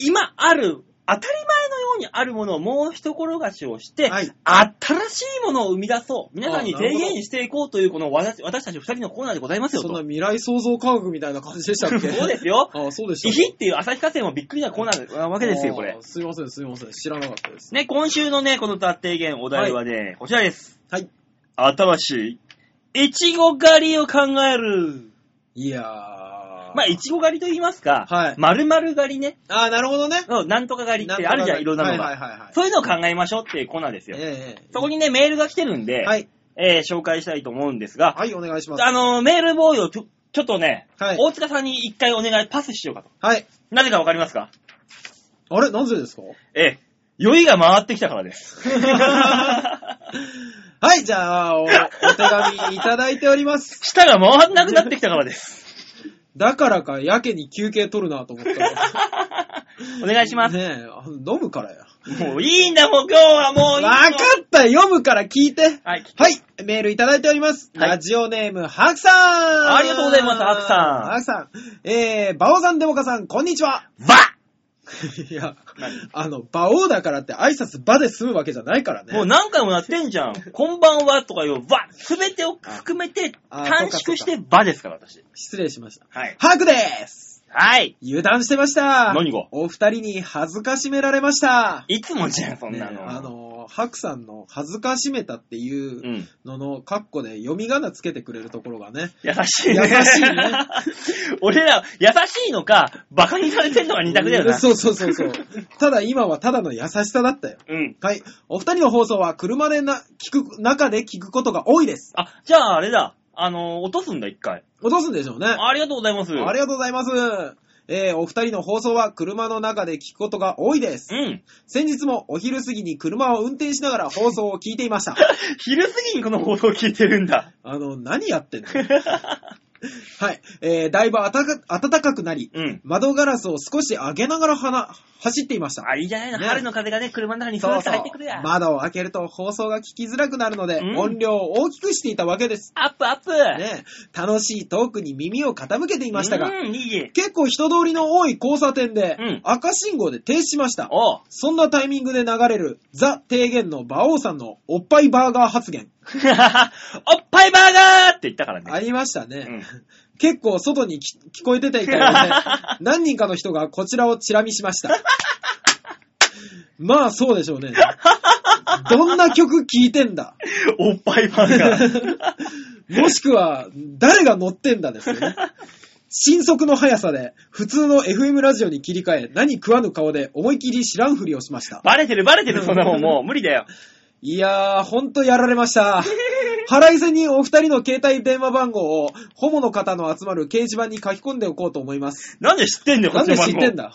S2: 週。
S1: 今ある、当たり前のようにあるものをもう一転がしをして、
S2: はい
S1: 新しいものを生み出そう。皆さんに
S2: あなるほ
S1: 提
S2: ど
S1: 言していこうという、この私私たち二人のコーナーでございますよ
S2: そんな
S1: と。
S2: 未来創造科学みたいな感じでしたっけ
S1: そうです [laughs] よ。
S2: ああ、そうでした。
S1: イヒっていう旭化成もびっくりなコーナーなわけですよ、これ
S2: ああ。すいません、すいません。知らなかったです。
S1: ね、今週のね、この脱提言、お題はね、こちらです。
S2: はい。
S1: 新しい、いちご狩りを考える。
S2: いやー。
S1: まあ、いちご狩りと言いますか、
S2: はい
S1: 丸々狩りね、
S2: ああ、なるほどね。
S1: うんなんとか狩りってあるじゃん、いろんなのが、
S2: はいはいはいはい。
S1: そういうのを考えましょうっていうコーナーですよ。
S2: ええ
S1: そこにね、メールが来てるんで、
S2: はい。
S1: えー紹介したいと思うんですが、
S2: はい、お願いします。
S1: あのー、メールボーイをちょちょっとね、
S2: はい
S1: 大塚さんに一回お願いパスしようかと。
S2: はい。
S1: なぜかわかりますか
S2: あれ、なぜですか
S1: ええ、酔いが回ってきたから
S2: [laughs]
S1: です。
S2: はい、じゃあお、お手紙いただいております。
S1: 舌が回んなくなってきたからです。
S2: だからか、やけに休憩取るなと思ったら。
S1: [laughs] お願いします。
S2: ねえ、あ飲むからや。
S1: もういいんだ、もう今日はもうい
S2: わ
S1: いよ
S2: かった読むから聞いて。
S1: はい、き
S2: はい、メールいただいております。
S1: はい
S2: ラジオネーム、ハクさん
S1: ありがとうございますハクさん
S2: ハクさん。えー、バオさん、デモカさん、こんにちは [laughs]
S1: ば
S2: いや、あの、バオだからって挨拶バで済むわけじゃないからね。
S1: もう何回もやってんじゃん。こんばんはとかいうば、すべてを含めて
S2: ああ
S1: 短縮してばですから、私。
S2: 失礼しました。
S1: はい。
S2: ハクです
S1: はい。
S2: 油断してました
S1: 何が
S2: お二人に恥ずかしめられました。
S1: いつもじゃん、そんな
S2: ね
S1: の。。
S2: あの、ハクさんの恥ずかしめたっていううんのの、カッコで読み仮名つけてくれるところがね。
S1: 優しいね。
S2: 優しいね
S1: [laughs] 俺ら、優しいのか、馬鹿にされてんのが二択だよな。
S2: そうそうそうそう。ただ今はただの優しさだったよ。
S1: うん。
S2: はい。お二人の放送は車でな、聞く、中で聞くことが多いです。
S1: あ、じゃああれだ。あの、落とすんだ、一回。
S2: 落とすんでしょうね。あ
S1: ありがとうございます。
S2: りがとうございます。えー、お二人の放送は車の中で聞くことが多いです。
S1: うん。
S2: 先日もお昼過ぎに車を運転しながら放送を聞いてい
S1: [laughs]
S2: ました。
S1: 昼過ぎにこの放送を聞いてるんだ。
S2: あの、何やってんのはい。えー、だいぶ暖か暖かくなり、
S1: うん。
S2: 窓ガラスを少し上げながらはな走っていました。
S1: あ、いいじゃないの。
S2: ね
S1: 春の風がね、車の中にそ
S2: そ
S1: ー
S2: う
S1: っと
S2: そう
S1: 入ってくるや。
S2: 窓を開けると放送が聞きづらくなるので、
S1: うん
S2: 音量を大きくしていたわけです。
S1: アップアップ。
S2: ね、楽しいトークに耳を傾けていましたが、
S1: うん、いい。
S2: 結構人通りの多い交差点で、
S1: うん
S2: 赤信号で停止しました。
S1: おう。 [laughs]
S2: そんなタイミングで流れる、ザ・提言の馬王さんのおっぱいバーガー発言、
S1: おっぱいバーガーって言ったから
S2: あ
S1: ね。
S2: りましたね。
S1: うん
S2: 結構外にき聞こえて
S1: [laughs]
S2: たいからね、何人かの人がこちらをチラ見しました。 [laughs] まあそうでしょうね。どんな曲聴いてんだ
S1: おっぱいバーガ
S2: [laughs]
S1: ー。
S2: もしくは、誰が乗ってんだですよね。新速の速さで、普通の FM ラジオに切り替え、何食わぬ顔で思い切り知らんふりをしました。
S1: バレてるバレてる、そんなもんもう無理だよ。
S2: いやー、ほんとやられました。腹いせにお二人の携帯電話番号を、ホモの方の集まる掲示板に書き込んでおこうと思います。
S1: なんで知ってんだよ、こ
S2: な
S1: っ
S2: ん
S1: ちの
S2: で
S1: 番
S2: 知
S1: 号
S2: ってんだ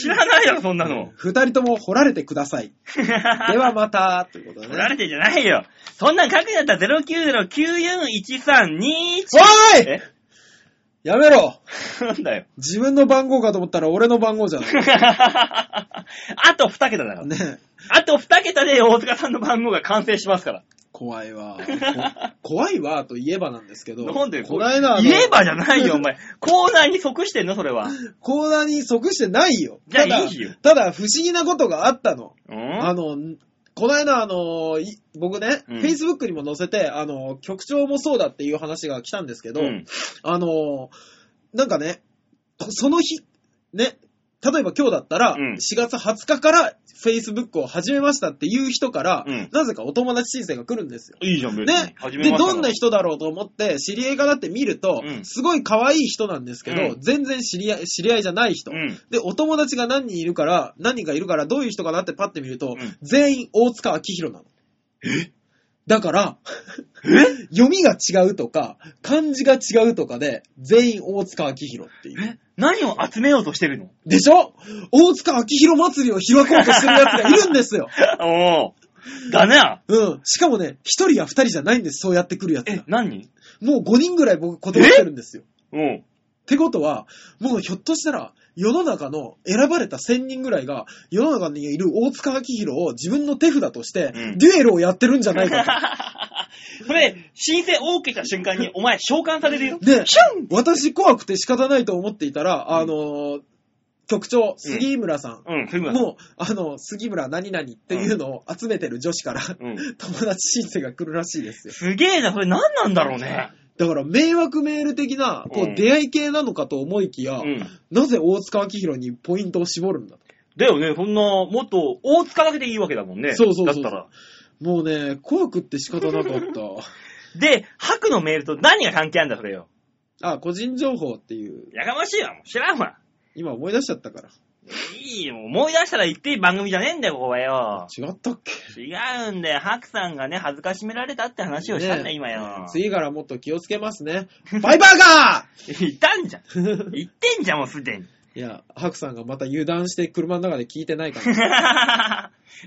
S1: 知らないよ、そんなの。
S2: 二人とも掘られてください。で
S1: [laughs]
S2: はまた、ということ
S1: 取
S2: で
S1: ら
S2: ね。
S1: れてんじゃないよ。そんなん書くんだったら090-941321。
S2: おい
S1: え
S2: やめろ
S1: なんだよ。 [laughs]
S2: 自分の番号かと思ったら俺の番号じゃない。
S1: あと2桁だから。
S2: ね
S1: あと2桁で大塚さんの番号が完成しますから。
S2: 怖いわ。こ [laughs] 怖いわと言えばなんですけど。
S1: なんで
S2: こないだあの
S1: 言えばじゃないよ、お前。 [laughs] コーナーに即してんの、それ
S2: [laughs]
S1: は。
S2: コーナーに即してないよ。
S1: じゃあ
S2: ただ
S1: いいよ
S2: ただ不思議なことがあったの。
S1: うん
S2: あの、こないだあの、い僕ね、
S1: うん
S2: Facebook にも載せて、あの、局長もそうだっていう話が来たんですけど、
S1: うん
S2: あの、なんかね、その日、ね、例えば今日だったら、
S1: うん
S2: 4月20日から Facebook を始めましたっていう人から、
S1: うん
S2: なぜかお友達申請が来るんですよ。
S1: いいじゃん、別に。
S2: ね、
S1: 始
S2: で、
S1: めますから
S2: どんな人だろうと思って、知り合いがだって見ると、
S1: うん
S2: すごい可愛い人なんですけど、
S1: うん
S2: 全然知り合い、知り合いじゃない人。
S1: うん。
S2: で、お友達が何人いるから、何人かいるから、どういう人かなってパッて見ると、
S1: うん
S2: 全員大塚明宏なの。だから、 [laughs] 読みが違うとか、漢字が違うとかで、全員大塚明宏っていう。
S1: え何を集めようとしてるの [laughs]
S2: でしょ大塚明宏祭りを開こうとしてる奴がいる
S1: [laughs]
S2: んですよ。
S1: おお。だな。
S2: うん。しかもね、一人や二人じゃないんです、そうやってくるやつ
S1: え
S2: が、。
S1: 何人
S2: もう5人ぐらい僕断ってるんですよ。
S1: うん。
S2: ってことは、もうひょっとしたら、世の中の選ばれた1000人ぐらいが、世の中にいる大塚明宏を自分の手札として
S1: う、ん
S2: デュエルをやってるんじゃな
S1: [laughs]
S2: いか
S1: [laughs]
S2: と。
S1: それ、申請 OK した瞬間に、お前、召喚されるよ。
S2: で
S1: ヒュン、
S2: 私怖くて仕方ないと思っていたら、あのー局長、杉村さん。
S1: うん、すぐ
S2: もう、あの、杉村何々っていうのを集めてる女子から、
S1: うん。
S2: [laughs] 友達申請が来るらしいですよ。
S1: すげえな、それ何なんだろうね。
S2: だから、迷惑メール的な、こ
S1: うん
S2: う、出会い系なのかと思いきや、
S1: うん。
S2: なぜ大塚明宏にポイントを絞るんだと。
S1: だよね、そんな、もっと、大塚だけでいいわけだもんね。
S2: そうそうそうそう
S1: だったら。
S2: もうね、怖くって仕方なかった。
S1: で、白のメールと何が関係あるんだ、それよ。 [laughs]
S2: あ、個人情報っていう、
S1: やかましいわ、もう知らんわ。
S2: 今思い出しちゃったから。
S1: いいよ、思い出したら言っていい番組じゃねえんだよ、ここはよ。
S2: 違ったっけ
S1: 違うんだよ、白さんがね、恥ずかしめられたって話をしたんだ、
S2: ね
S1: 今よ。
S2: 次からもっと気をつけますね。バイバーガ
S1: 言ったんじゃん。
S2: ー
S1: 言ってんじゃん、もうすでに。 [laughs]
S2: いや、ハクさんがまた油断して車の中で聞いてな
S1: [laughs]
S2: いから。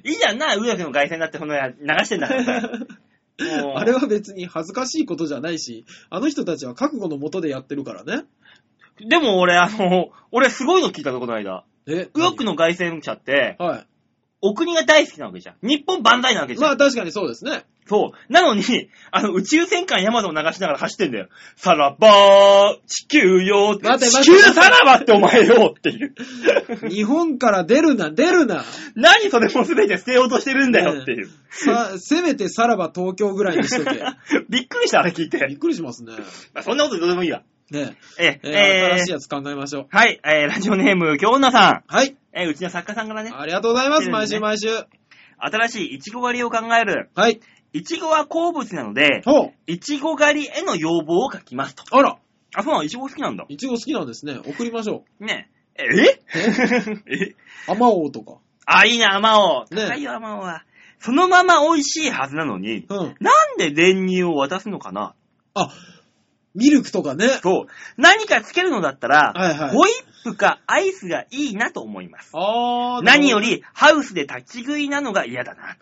S1: いいじゃんな、上木の凱旋だってそのや流してんだからさ。もう
S2: あれは別に恥ずかしいことじゃないし、あの人たちは覚悟のもとでやってるからね。
S1: でも俺、あの、俺すごいの聞いたぞ、この間。
S2: え
S1: 右翼の凱旋者って、
S2: は
S1: お国が大好きなわけじゃん。日本万歳なわけ
S2: い。
S1: じゃん。
S2: まあ確かにそうですね。
S1: そう。なのに、 [laughs] あの、宇宙戦艦ヤマトを流しながら走ってんだよ。さらばー、地球よーって
S2: 待て
S1: 地
S2: 待て
S1: 球さらばってお前よーっていう。
S2: [laughs] 日本から出るな、出るな。
S1: 何それも全て捨てようとしてるんだよっていう。
S2: さ、せめてさらば東京ぐらいに
S1: [laughs]
S2: しとけ。
S1: びっくりした、あれ聞い。
S2: びってくりしますね。
S1: まあ、そんなことどうでもいいわ。
S2: ね
S1: え、
S2: え
S1: え
S2: ー
S1: ー
S2: 新しいやつ考えましょう。
S1: はい、えー、ラジオネーム、京女さん。
S2: はい。
S1: えー、うちの作家さんからね、
S2: ありがとうございま
S1: 来て
S2: す。
S1: るんで
S2: 毎
S1: すね
S2: 週毎週。
S1: 新しいイチゴ狩りを考える。
S2: はい。
S1: イチゴは好物なので、
S2: ほう。
S1: イチゴ狩りへの要望を書きますと。
S2: あら、
S1: あ、そうなの、イチゴ好きなんだ。
S2: いちご好きなんですね。送りましょ
S1: ねえ。え [laughs] え
S2: う。あまおうとか。
S1: あ、いいな、アマオ。
S2: ね
S1: 高いよ、アマオは。そのまま美味しいはずなのに、
S2: うん。
S1: なんで練乳を渡すのかな
S2: あ、ミルクとかね。
S1: そう。何かつけるのだったら、
S2: はいはい
S1: ホイップかアイスがいいなと思います。
S2: あー。
S1: 何よ
S2: り。
S1: り、ハウスで立ち食いなのが嫌だな。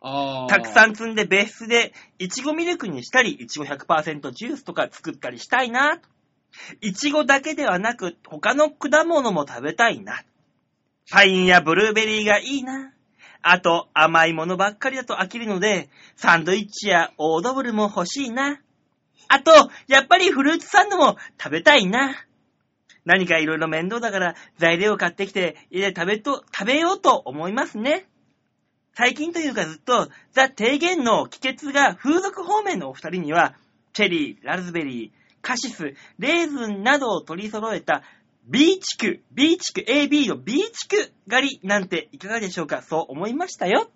S2: あー。
S1: たくさん積んで別室で、いちごミルクにしたり、いちご100%ジュースとか作ったりしたいな。いちごだけではなく、他の果物も食べたいな。パインやブルーベリーがいいな。あと、甘いものばっかりだと飽きるので、サンドイッチやオードブルも欲しいな。あと、やっぱりフルーツサンドも食べたいな。何かいろいろ面倒だから、材料を買ってきて、家で食べと、食べようと思いますね。最近というかずっと、ザ・提言の帰結が風俗方面のお二人には、チェリー、ラズベリー、カシス、レーズンなどを取り揃えた B 地区、B 地区、AB の B 地区狩りなんていかがでしょうかそう思いましたよ。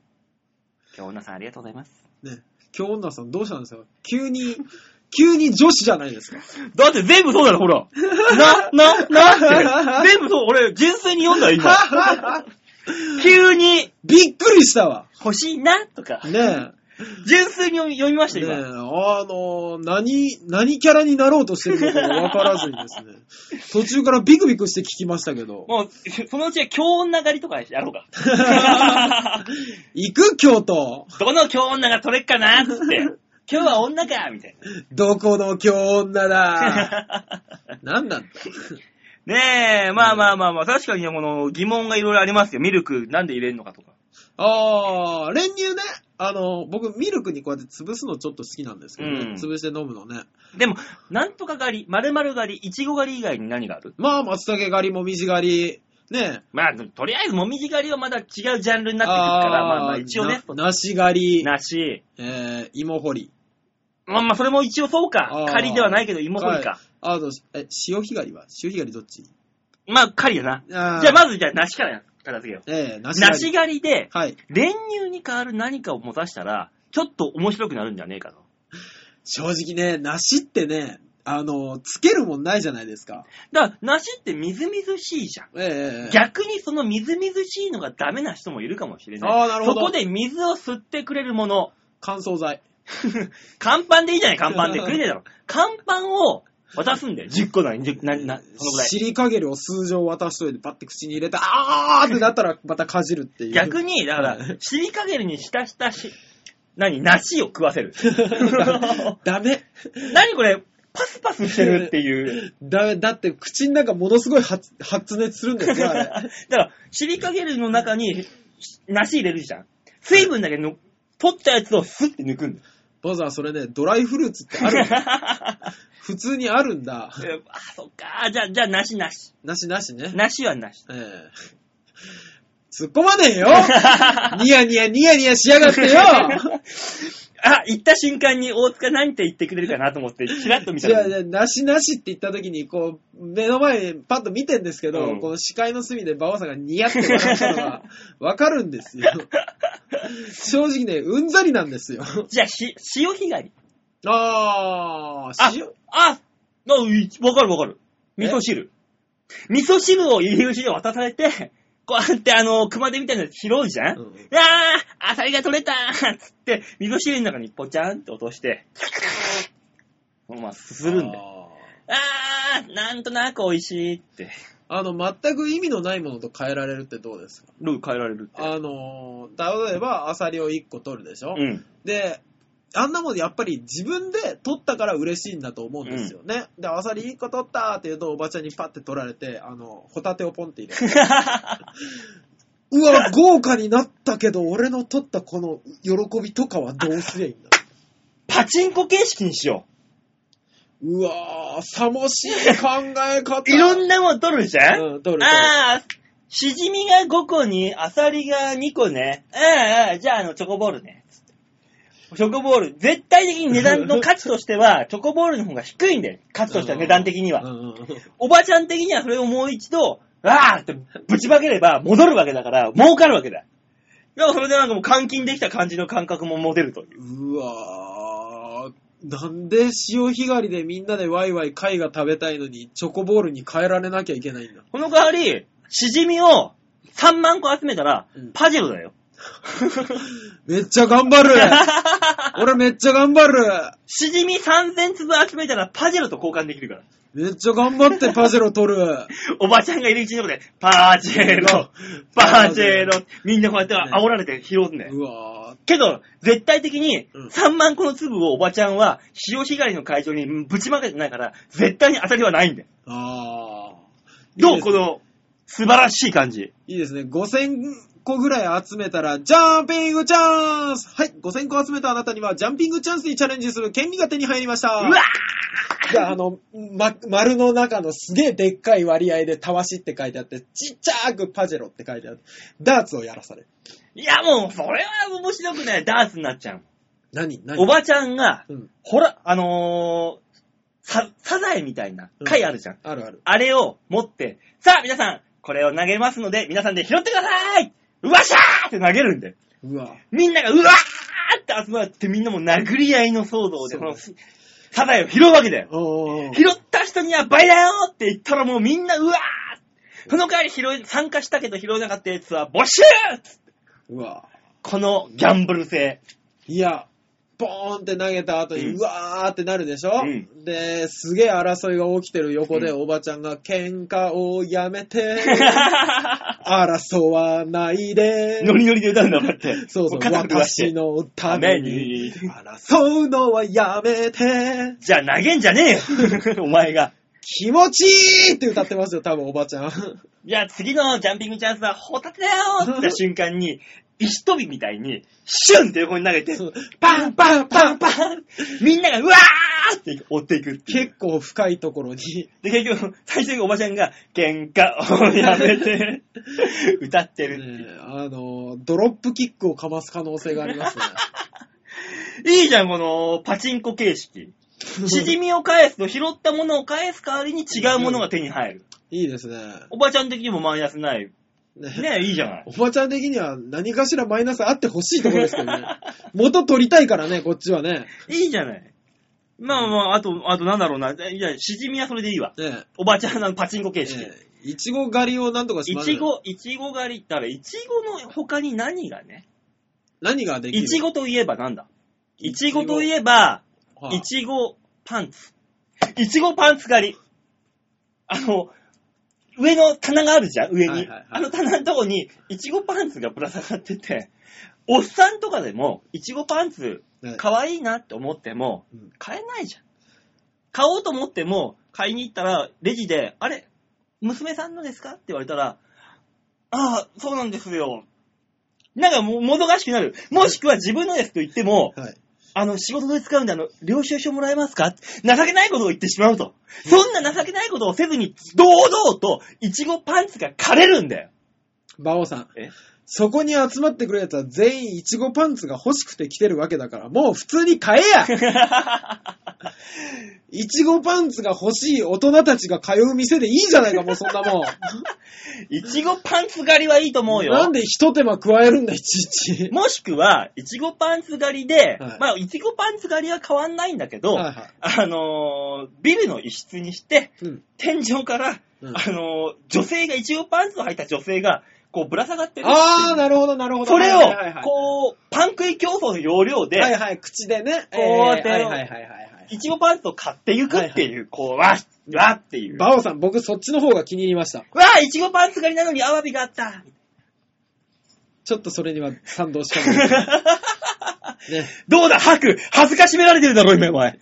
S1: 今日女さんありがとうございます。
S2: ね、今日女さんどうしたんですか急に、急に女子じゃないですか。
S1: だって全部そうだろ、ほ [laughs] ら。な、な、な [laughs] って。全部そう、俺、純粋に読んだよ、 [laughs] 今。急に
S2: [laughs] びっくりしたわ。
S1: 欲しいな、とか。
S2: ね
S1: 純粋に読み読みまし
S2: え。
S1: た、
S2: ねえ、
S1: [laughs] 今。
S2: あのー何、何キャラになろうとしてるのかがわからずにですね。途中からビクビクして聞きましたけ
S1: [laughs]
S2: ど。
S1: もう、そのうちは京女狩りとかやろうか。 [laughs]
S2: 行く京都
S1: どの京女が取れっかなっつ [laughs] って。今日は女かみたい
S2: どこの京
S1: [laughs]
S2: 女だ
S1: な。
S2: 何なんだ
S1: ねえ、まあまあまあまあ、確かにこの疑問がいろいろありますよ。ミルクなんで入れるのかとか。
S2: あー、練乳ね。あのー、僕、ミルクにこうやって潰すのちょっと好きなんですけどね。
S1: うん
S2: 潰して飲むのね。
S1: でも、なんとか狩り、〇〇狩り、いちご狩り以外に何がある
S2: まあ、松茸狩り、もみじ狩り、ねえ。
S1: まあ、とりあえずもみじ狩りはまだ違うジャンルになってくるから、まあまあ一応ね。
S2: な梨狩り、
S1: なし。
S2: えー、芋掘り。
S1: まあまあ、それも一応そうか
S2: あ。ー
S1: 狩りではないけど、芋掘り
S2: は
S1: か
S2: い。。あと、え、潮干狩りは潮干狩りどっち
S1: まあ、狩りだな。
S2: じゃ
S1: じゃあ、まず、じゃあ、梨から片付けよ
S2: えー、梨
S1: う。
S2: 狩り。
S1: 梨狩りで、
S2: はい。
S1: 練乳に代わる何かを持たしたら、ちょっと面白くなるんじゃねえかと。
S2: 正直ね、梨ってね、あの、つけるもんないじゃないですか。
S1: だから、梨ってみずみずしいじゃん。
S2: えーえー、
S1: 逆にそのみずみずしいのがダメな人もいるかもしれない。
S2: あーなるほど
S1: そこで水を吸ってくれるもの。 [laughs]
S2: 乾燥剤。
S1: 乾パンでいいじゃない、乾 [laughs] パンで。食えねえだろ。乾パンを渡すんだよ。10個なり、10な、な、そのぐらい。
S2: 尻かげりを数錠渡しといて、バッて口に入れて、あー
S1: [laughs]
S2: ってなったら、またかじるっていう。
S1: 逆に、だから、 [laughs] 尻かげりに浸したし、何、梨を食わせ [laughs] る。
S2: [laughs] ダメ。
S1: 何これ、パスパスしてるっていう。
S2: ダメ。だって、口の中ものすごい発発熱するんで
S1: [laughs]
S2: す
S1: だ
S2: よ、あ
S1: か
S2: れ。
S1: ら、尻かげりの中に、梨入れるじゃん。水分だけの、取ったやつをスッて抜くんだよ。
S2: ボザー、それね、ドライフルーツって
S1: [laughs]
S2: ある普通にあるんだ。
S1: えあ、そっか。じゃあ、じゃあ、梨なし。
S2: なしなしね。
S1: 梨はなし。
S2: ええ突っ込まねえよ
S1: [laughs]
S2: ニヤニヤニヤニヤしやがってよ
S1: あ、行った瞬間に大塚何て言ってくれるかなと思って、チラッと見た
S2: じゃ
S1: ら
S2: あ、じゃあなしなしって言った時に、こう、目の前にパッと見てんですけど、
S1: うん
S2: この視界の隅で馬王さんがニヤって笑った
S1: [laughs]
S2: のが、わかるんですよ。正直ね、うんざりなんですよ。
S1: じゃあ、し、潮干狩り。
S2: あ
S1: あ
S2: ー、塩、
S1: あ、なうわかるわかる。味噌汁。味噌汁を入り口で渡されて、こうやってあの、熊手みたいなの拾うじゃん、
S2: う
S1: うんあー、アサリが取れたーつって、味噌汁の中にポチャンって落として、まあ、すするんだよ。
S2: あー
S1: あー、なんとなく美味しいって。
S2: あの、全く意味のないものと変えられるってどうですか
S1: ルー変えられるって。
S2: あのー、例えば、アサリを1個取るでしょ、
S1: うん。
S2: で、あんなもんやっぱり自分で取ったから嬉しいんだと思うんですよね。で、アサリ1個取ったって言うと、おばちゃんにパッて取られて、あの、ホタテをポンって入れて。 [laughs] うわ、 [laughs] 豪華になったけど、俺の取ったこの喜びとかはどうすりゃいいんだ
S1: [laughs] パチンコ形式にしよ
S2: [laughs] うわー、さもし [laughs] い考え
S1: う。
S2: 方。
S1: いろんなもん取るじゃん、
S2: うん、取る取る。
S1: あー、しじみが5個に、あさりが2個ね。うんうん、じゃあ、あの、チョコボールね。つってチョコボール、絶対的に値段の価値としては、チョコボールの方が低いんだよ。価値としては、値段的に
S2: う
S1: は。
S2: んうんうん
S1: おばちゃん的にはそれをもう一度、わーってぶちまければ戻るわけだから、儲かるわけだ。だからそれでなんかもう換金できた感じの感覚も持てるという。
S2: うわー、なんで潮干狩りでみんなでワイワイ貝が食べたいのに、チョコボールに変えられなきゃいけないんだ。
S1: この代わり、しじみを3万個集めたら
S2: うん、
S1: パジェロだよ。 [laughs]
S2: めっちゃ頑張る [laughs] 俺めっちゃ頑張る
S1: しじみ3000粒集めたらパジェロと交換できるから。
S2: めっちゃ頑張ってパジェロ取る
S1: おばちゃんが入り口のとこで、パーチェロ、パーチェロ、みんなこうやって煽られて拾うんだよ。
S2: うわー、
S1: けど、絶対的に
S2: うん
S1: 3万個の粒をおばちゃんは潮干狩りの会場にぶちまけてないから、絶対に当たりはないんだよ。
S2: あー。
S1: ど
S2: いういです
S1: この、素晴らしい感じ。
S2: いいですね。5000個ぐらい集めたら、ジャンピングチャンスはい、5000個集めたあなたには、ジャンピングチャンスにチャレンジする権利が手に入りました。
S1: うわ
S2: じゃあ、あの、ま、丸の中のすげえでっかい割合でたわしって書いてあって、ちっちゃーくパジェロって書いてあって、ダーツをやらされる。
S1: いやもう、それは面白くない。ダーツになっちゃう。
S2: 何何
S1: おばちゃんが、
S2: うん。
S1: ほら、あのー、ササザエみたいな貝あるじゃん。
S2: あるある。
S1: あれを持って、さあ皆さん、これを投げますので、皆さんで拾ってくださいうわしゃーって投げるんだよ。
S2: うわ。
S1: みんながうわーって集まってみんなもう殴り合いの騒動で、
S2: そう
S1: この、サザエを拾うわけだよ。
S2: おー。
S1: 拾った人には倍だよって言ったらもうみんなうわーその代わり拾い、参加したけど拾えなかったやつは没収
S2: うわ。
S1: このギャンブル
S2: [laughs]
S1: 性。
S2: いや、ボーンって投げた後に、
S1: うん
S2: うわーってなるでしょ、
S1: うん
S2: で、すげえ争いが起きてる横で、おばちゃんが、喧嘩をやめて、争わないで、
S1: ノリノリで歌うんだ、こうやって。
S2: そうそう、
S1: も肩震わして
S2: 私のために、争うのはやめて、
S1: じゃあ投げんじゃねえよお前が。
S2: 気持ちいいって歌ってますよ、多分おばちゃん。
S1: じゃあ次のジャンピングチャンスはホタテだよって言った瞬間に、石飛びみたいに、シュンって横に投げて、パンパンパンパンみんながうわーって追っていくっていう
S2: 結構深いところに、
S1: で、結局、最終におばちゃんが、喧嘩をやめて、 [laughs] 歌ってるっていう。
S2: ねあの、ドロップキックをかます可能性がありますね。
S1: いいじゃん、この、パチンコ形式。しじみを返すと、拾ったものを返す代わりに違うものが手に入る。
S2: いいですね。
S1: おばちゃん的にもマイナスない。
S2: ね
S1: ねいいじゃない。
S2: おばちゃん的には何かしらマイナスあってほしいところですけど
S1: [laughs]
S2: ね。元取りたいからね、こっちはね。
S1: [laughs] いいじゃない。まあまあ、あと、あとなんだろうな。いや、しじみはそれでいいわ。
S2: ね
S1: おばちゃんのパチンコ
S2: え
S1: 形式。
S2: いちご狩りをなんとかし
S1: い
S2: ます
S1: ち。ご、いちご狩りったら、いちごの他に何がね
S2: 何ができる
S1: いちごといえばなんだいちごといえば、
S2: はい
S1: いちごパンツ。いちごパンツ狩り。あの、上の棚があるじゃん、上に。
S2: はいはいはい
S1: あの棚のとこに、いちごパンツがぶら下がってて、おっさんとかでも、いちごパンツ、
S2: ね
S1: 可愛いなって思っても
S2: うん、
S1: 買えないじゃん。買おうと思っても、買いに行ったら、レジで、あれ、娘さんのですかって言われたら、ああ、そうなんですよ。なんかもう、もどかしくなる。もしくは自分のですと言っても、
S2: はい。
S1: あの、仕事で使うんで、あの、領収書もらえますか情けないことを言ってしまうと。そんな情けないことをせずに、堂々と、いちごパンツが枯れるんだよ。 [laughs]
S2: 馬王さん
S1: え。
S2: そこに集まってくるやつは全員イチゴパンツが欲しくて来てるわけだから、もう普通に買えや
S1: [laughs]
S2: イチゴパンツが欲しい大人たちが通う店でいいじゃないか、もうそんなもん。
S1: いちごパンツ狩りはいいと思うよ。
S2: なんで一手間加えるんだ、いちいち。
S1: もしくは、いちごパンツ狩りで、
S2: はい
S1: まあ、いちごパンツ狩りは変わんないんだけど、
S2: はいはい
S1: あのービルの一室にして、
S2: うん。
S1: 天井から、
S2: うん
S1: あのー女性が、いちごパンツを履いた女性が、こう、ぶら下がってるっていう
S2: あー、なるほど、なるほど。
S1: それを
S2: はいはいはい、
S1: こう、パン食い競争の要領で、
S2: はいはい、口でね。
S1: こうやって
S2: えーはいはいはいはいはい。
S1: いちごパンツを買っていくっていう、こう、わっ、わっっていう。わ
S2: バオさん、僕そっちの方が気に入りました。
S1: あ、いちごパンツ狩りなのにアワビがあった。 [laughs]
S2: ちょっとそれには賛同しか
S1: [laughs]
S2: ないね。
S1: どうだ、吐く恥ずかしめられてるだろ、今、お前。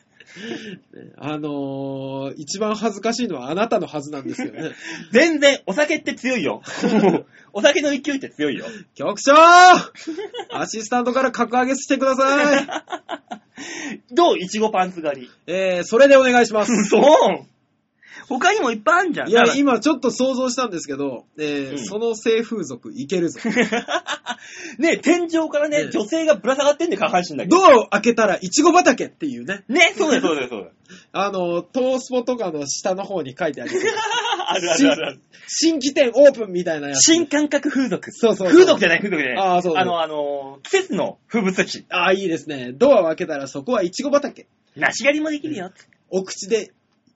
S2: あのー、一番恥ずかしいのはあなたのはずなんですよね。
S1: [laughs] 全然、お酒って強いよ。 [laughs] お酒の勢いって強いよ。
S2: 局長アシスタントから格上げしてください。
S1: [laughs] どう、いちごパンツ狩り。
S2: えー、それでお願いします。
S1: 嘘他にもいっぱいあるじゃん。
S2: いや
S1: だか、ら
S2: 今ちょっと想像したんですけど、えー
S1: うん
S2: その性風俗いけるぞ。
S1: [laughs] ね、天井からね、
S2: ね
S1: 女性がぶら下がってんで、下半身だけど。
S2: ドアを開けたらイチゴ畑っていうね、
S1: [laughs] ね、そうだよ、そうだよ、そうだよ。
S2: あの、トースポとかの下の方に書いてある。
S1: [laughs] あるあるあるある。
S2: 新規店オープンみたいなやつ。
S1: 新感覚風俗。
S2: そうそうそう
S1: 風俗じゃない、風俗じゃない。
S2: あーそうそう
S1: あの、あの、季節の風物詩。
S2: ああ、いいですね。ドアを開けたらそこはイチゴ畑。
S1: 梨狩りもできるよ。
S2: お口で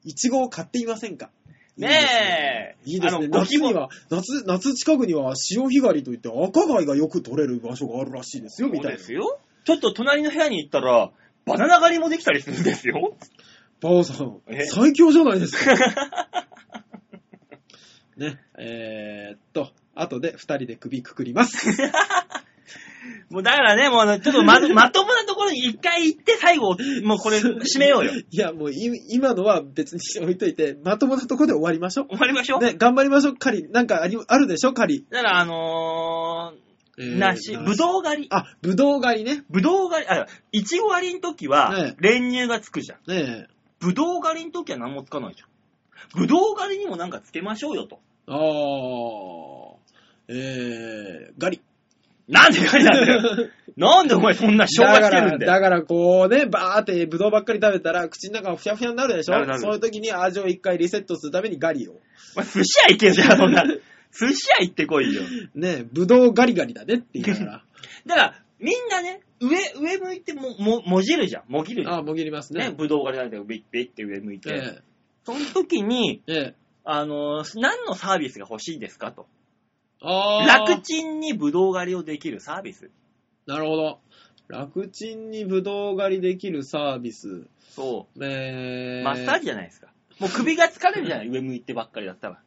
S2: イチゴを買っていませんか
S1: ねえ。
S2: いいですね。
S1: あの、ご
S2: 夏
S1: 希
S2: に
S1: 望。
S2: は、夏、夏近くには潮干狩りといって赤貝がよく取れる場所があるらしいですよ、 [laughs] みたいな。
S1: よ。ちょっと隣の部屋に行ったら、バナナ狩りもできたりするんですよ。
S2: [laughs] バオさん
S1: え、
S2: 最強じゃないですか。ね、えー、っと、後で二人で首くくります。 [laughs]
S1: もうだからね、もうあのちょっとま、 [laughs] まともなところに一回行って最後、もうこれ、締めようよ。
S2: いや、もうい今のは別に置いといて、まともなとこで終わりましょう。
S1: 終わりましょう。
S2: ね、頑張りましょう、狩り。なんかありあるでしょ、狩り。
S1: だから、あの
S2: え
S1: ー、
S2: ー
S1: 梨、ぶどう狩り。
S2: あ、ぶどう狩りね。
S1: ぶどう狩り、あ、いちご狩りの時は
S2: ね、
S1: 練乳がつくじゃん。
S2: ねえ。
S1: ぶどう狩りの時は何もつかないじゃん。ぶどう狩りにもなんかつけましょうよと。
S2: あー。えー、 [laughs] 狩り。
S1: なんで狩りなんだ
S2: [laughs]
S1: よ。なんでお前そんな生姜
S2: だ
S1: つ
S2: か
S1: ける
S2: ら、
S1: んだよ。
S2: だからこうね、バーってブドウばっかり食べたら、口の中がふしゃふしゃになるでしょ
S1: なるなる
S2: そういう時に味を一回リセットするためにガリを。
S1: お前寿司屋行けよじゃん、そんな。寿司屋行ってこいよ。
S2: ね、ブドウガリガリだねって言い
S1: [laughs]
S2: なが
S1: だから、みんなね、上、上向いても、も、もじるじゃん。もぎるじ
S2: ら。
S1: ゃ
S2: あー、もぎります
S1: ん。ね、
S2: ね。
S1: ぶどう狩りなんて、ビッビッって上向いて。
S2: え
S1: その時に、
S2: え、ええ。
S1: あのー何のサービスが欲しいですかと。
S2: あー。
S1: 楽ちんにぶどう狩りをできるサービス。
S2: なるほど。楽ちんにブドウ狩りできるサービス。
S1: そう。
S2: えー、
S1: マッサージじゃないですか。もう首が疲れるじゃない、上向いてばっかりだったら。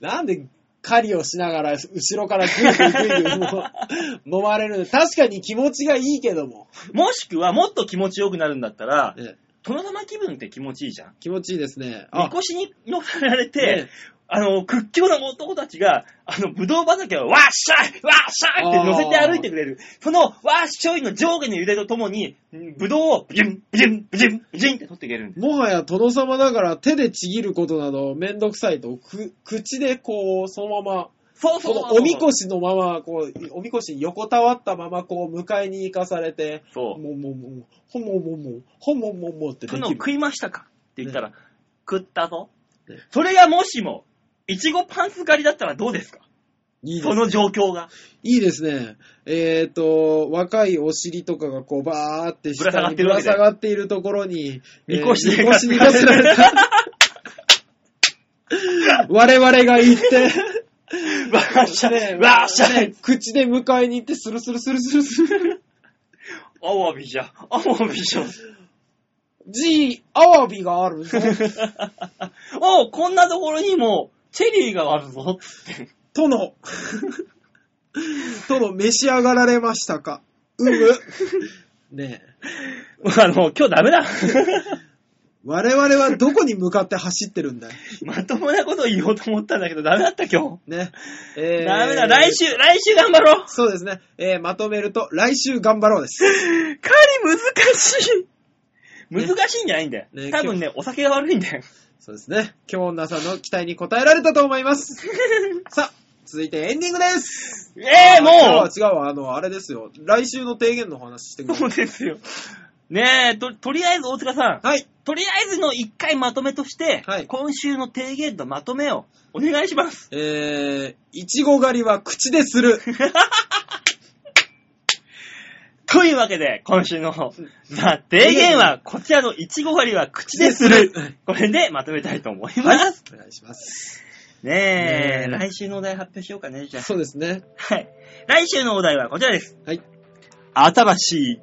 S2: なんで狩りをしながら、後ろからグイグイグイグイも
S1: [laughs]
S2: う揉まれるの確かに気持ちがいいけども。
S1: もしくは、もっと気持ちよくなるんだったら、
S2: ええ
S1: 殿様気分って気持ちいいじゃん。
S2: 気持ちいいですね。
S1: みこしに乗せられて、
S2: ええ
S1: あの、屈強な男たちが、あの、ぶどう畑をわっしゃいわっしゃいって乗せて歩いてくれる。その、わっしょいの上下の揺れとともに、うんぶどうをブジュン、ブジュン、ブジュン、ブジュンって取っていけるんです。
S2: もはや殿様だから手でちぎることなどめんどくさいと、く口でこう、そのまま、
S1: そうそ
S2: そう
S1: そう
S2: のおみこしのまま、こう、おみこしに横たわったまま、こう、迎えに行かされて、
S1: そ
S2: も
S1: う。
S2: うもうもう、ほももも、ほもももってで
S1: の
S2: きる。
S1: 食いましたかって言ったら、食ったぞ
S2: ね。
S1: それがもしも、いちごパンツ狩りだったらどうですか
S2: いいで
S1: そ
S2: す
S1: の状況が。
S2: いいですね。えっ、と、若いお尻とかがこう、ばーって
S1: ぶら下が
S2: 下
S1: っ
S2: に
S1: て
S2: ぶ
S1: るわ
S2: ら
S1: けだ
S2: 下
S1: よ
S2: がっているところに、
S1: みこしで
S2: えーみこしに乗せられた。我々が行って、
S1: [laughs] わっしゃいわっしゃい
S2: ね口で迎えに行って、スルスルスルスルスル。
S1: アワビじゃん。アワビじゃん。
S2: G、アワビがある [laughs] ぞ。
S1: [laughs] おうこんなところにも、チェリーがあるぞ。 [laughs]
S2: と [laughs] の、との、召し上がられましたかう
S1: [laughs]
S2: む。ねえ。
S1: あの、今日ダメだ。 [laughs]
S2: 我々はどこに向かって走ってるんだい
S1: まともなことを言おうと思ったんだけど、ダメだった今
S2: ね。え
S1: 日。ダメだ、来。週、来週頑張ろう。 [laughs]
S2: そうですね。えーまとめると、来週頑張ろうです。
S1: 狩り難しい。難しいんじゃないんだよ。
S2: ねね
S1: 多分ね、お酒が悪いん
S2: [laughs]
S1: だよ。
S2: そうですね。今日女さんの期待に応えられたと思います。さあ、続いてエンディングです。
S1: ええも
S2: あ違うわ、違うわ、あの、あれですよ。来週の提言のお話してく
S1: う
S2: だ
S1: そ
S2: さ
S1: うで
S2: い。
S1: すよ。ねえ、と、とりあえず大塚さん、
S2: はい。
S1: とりあえずの一回まとめとして、
S2: はい
S1: 今週の提言とまとめをお願いします。
S2: えー、いちご狩りは口でする。
S1: というわけで、今週の、まあ、提言は、こちらのいちご狩りは口でする
S2: はい。
S1: これでまとめたいと思います。
S2: お願いします。
S1: [laughs] ねえ、
S2: ねえ
S1: 来週のお題発表しようかね、じゃあ。
S2: そうですね。
S1: はい。来週のお題はこちらです。
S2: はい。
S1: 新しい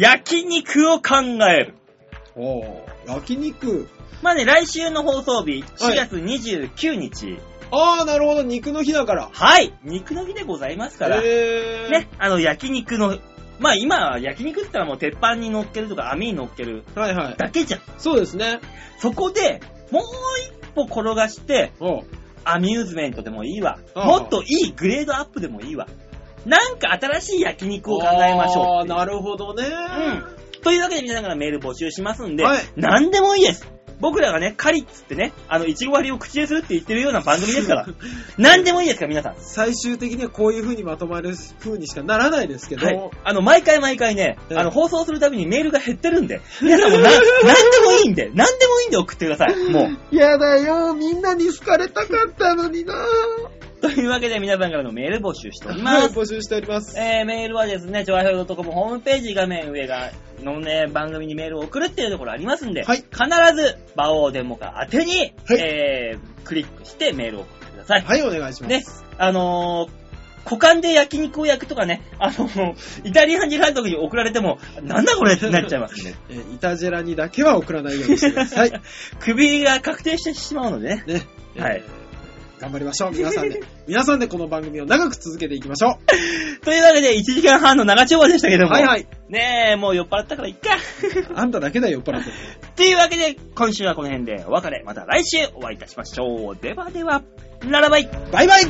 S1: 焼肉を考える。
S2: おー焼肉。
S1: まあね、来週の放送日、
S2: は
S1: 4
S2: い
S1: 月29日。
S2: あー、なるほど、肉の日だから。
S1: はい、肉の日でございますから。
S2: えー、
S1: ね、あの、焼肉の、まあ今は焼肉って言ったらもう鉄板に乗っけるとか網に乗っける
S2: はいはい。
S1: だけじゃん。
S2: そうですね。
S1: そこで、もう一歩転がして、
S2: おう
S1: アミューズメントでもいいわ。
S2: ああ
S1: もっといいグレードアップでもいいわ。なんか新しい焼肉を考えましょう
S2: あ
S1: っ
S2: ー、
S1: ていう。
S2: なるほどね。
S1: うん。というわけで皆さんからメール募集しますんで、
S2: はい
S1: 何でもいいです。僕らがね、カリッツってね、あの、いちご割りを口でするって言ってるような番組です
S2: [laughs]
S1: から、何でもいいですから、皆さん。
S2: 最終的にはこういう風にまとまる風にしかならないですけど、
S1: はい。あの、毎回毎回ね、
S2: うん
S1: あの、放送するたびにメールが減ってるんで、皆さんも
S2: [laughs]
S1: な、何でもいいんで、何でもいいんで送ってください。もう。
S2: やだよ、みんなに好かれたかったのにな
S1: というわけで皆さんからのメール募集しておりま
S2: はい、
S1: す。
S2: 募集しております。
S1: えー、メールはですね、ちょわひょ .com ホームページ画面上が、のね、番組にメールを送るっていうところありますんで、
S2: はい
S1: 必ず、馬王デモか宛てに、
S2: はい
S1: えー、クリックしてメールを送ってください。
S2: はい、お願いします。
S1: ね、あのー、股間で焼肉を焼くとかね、あの、イタリアンジェラートに送られても、なんだこれってなっちゃいますんで。
S2: えーイタジェラにだけは送らないようにしてください。
S1: [laughs]
S2: ね、
S1: 首が確定してしまうのでね。
S2: えー
S1: はい
S2: 頑張りましょう、皆さんで。皆さんでこの番組を長く続けていきましょ
S1: というわけで、1時間半の長丁場でしたけど
S2: う。
S1: も、
S2: はいはい。
S1: ねえ、もう酔っ払ったからいっか。
S2: あんただけだよ、酔っ払ってる
S1: っていうわけで、今週はこの辺でお別れ。また来週お会いいたしましょう。ではでは、ララバイ
S2: の。バイバイ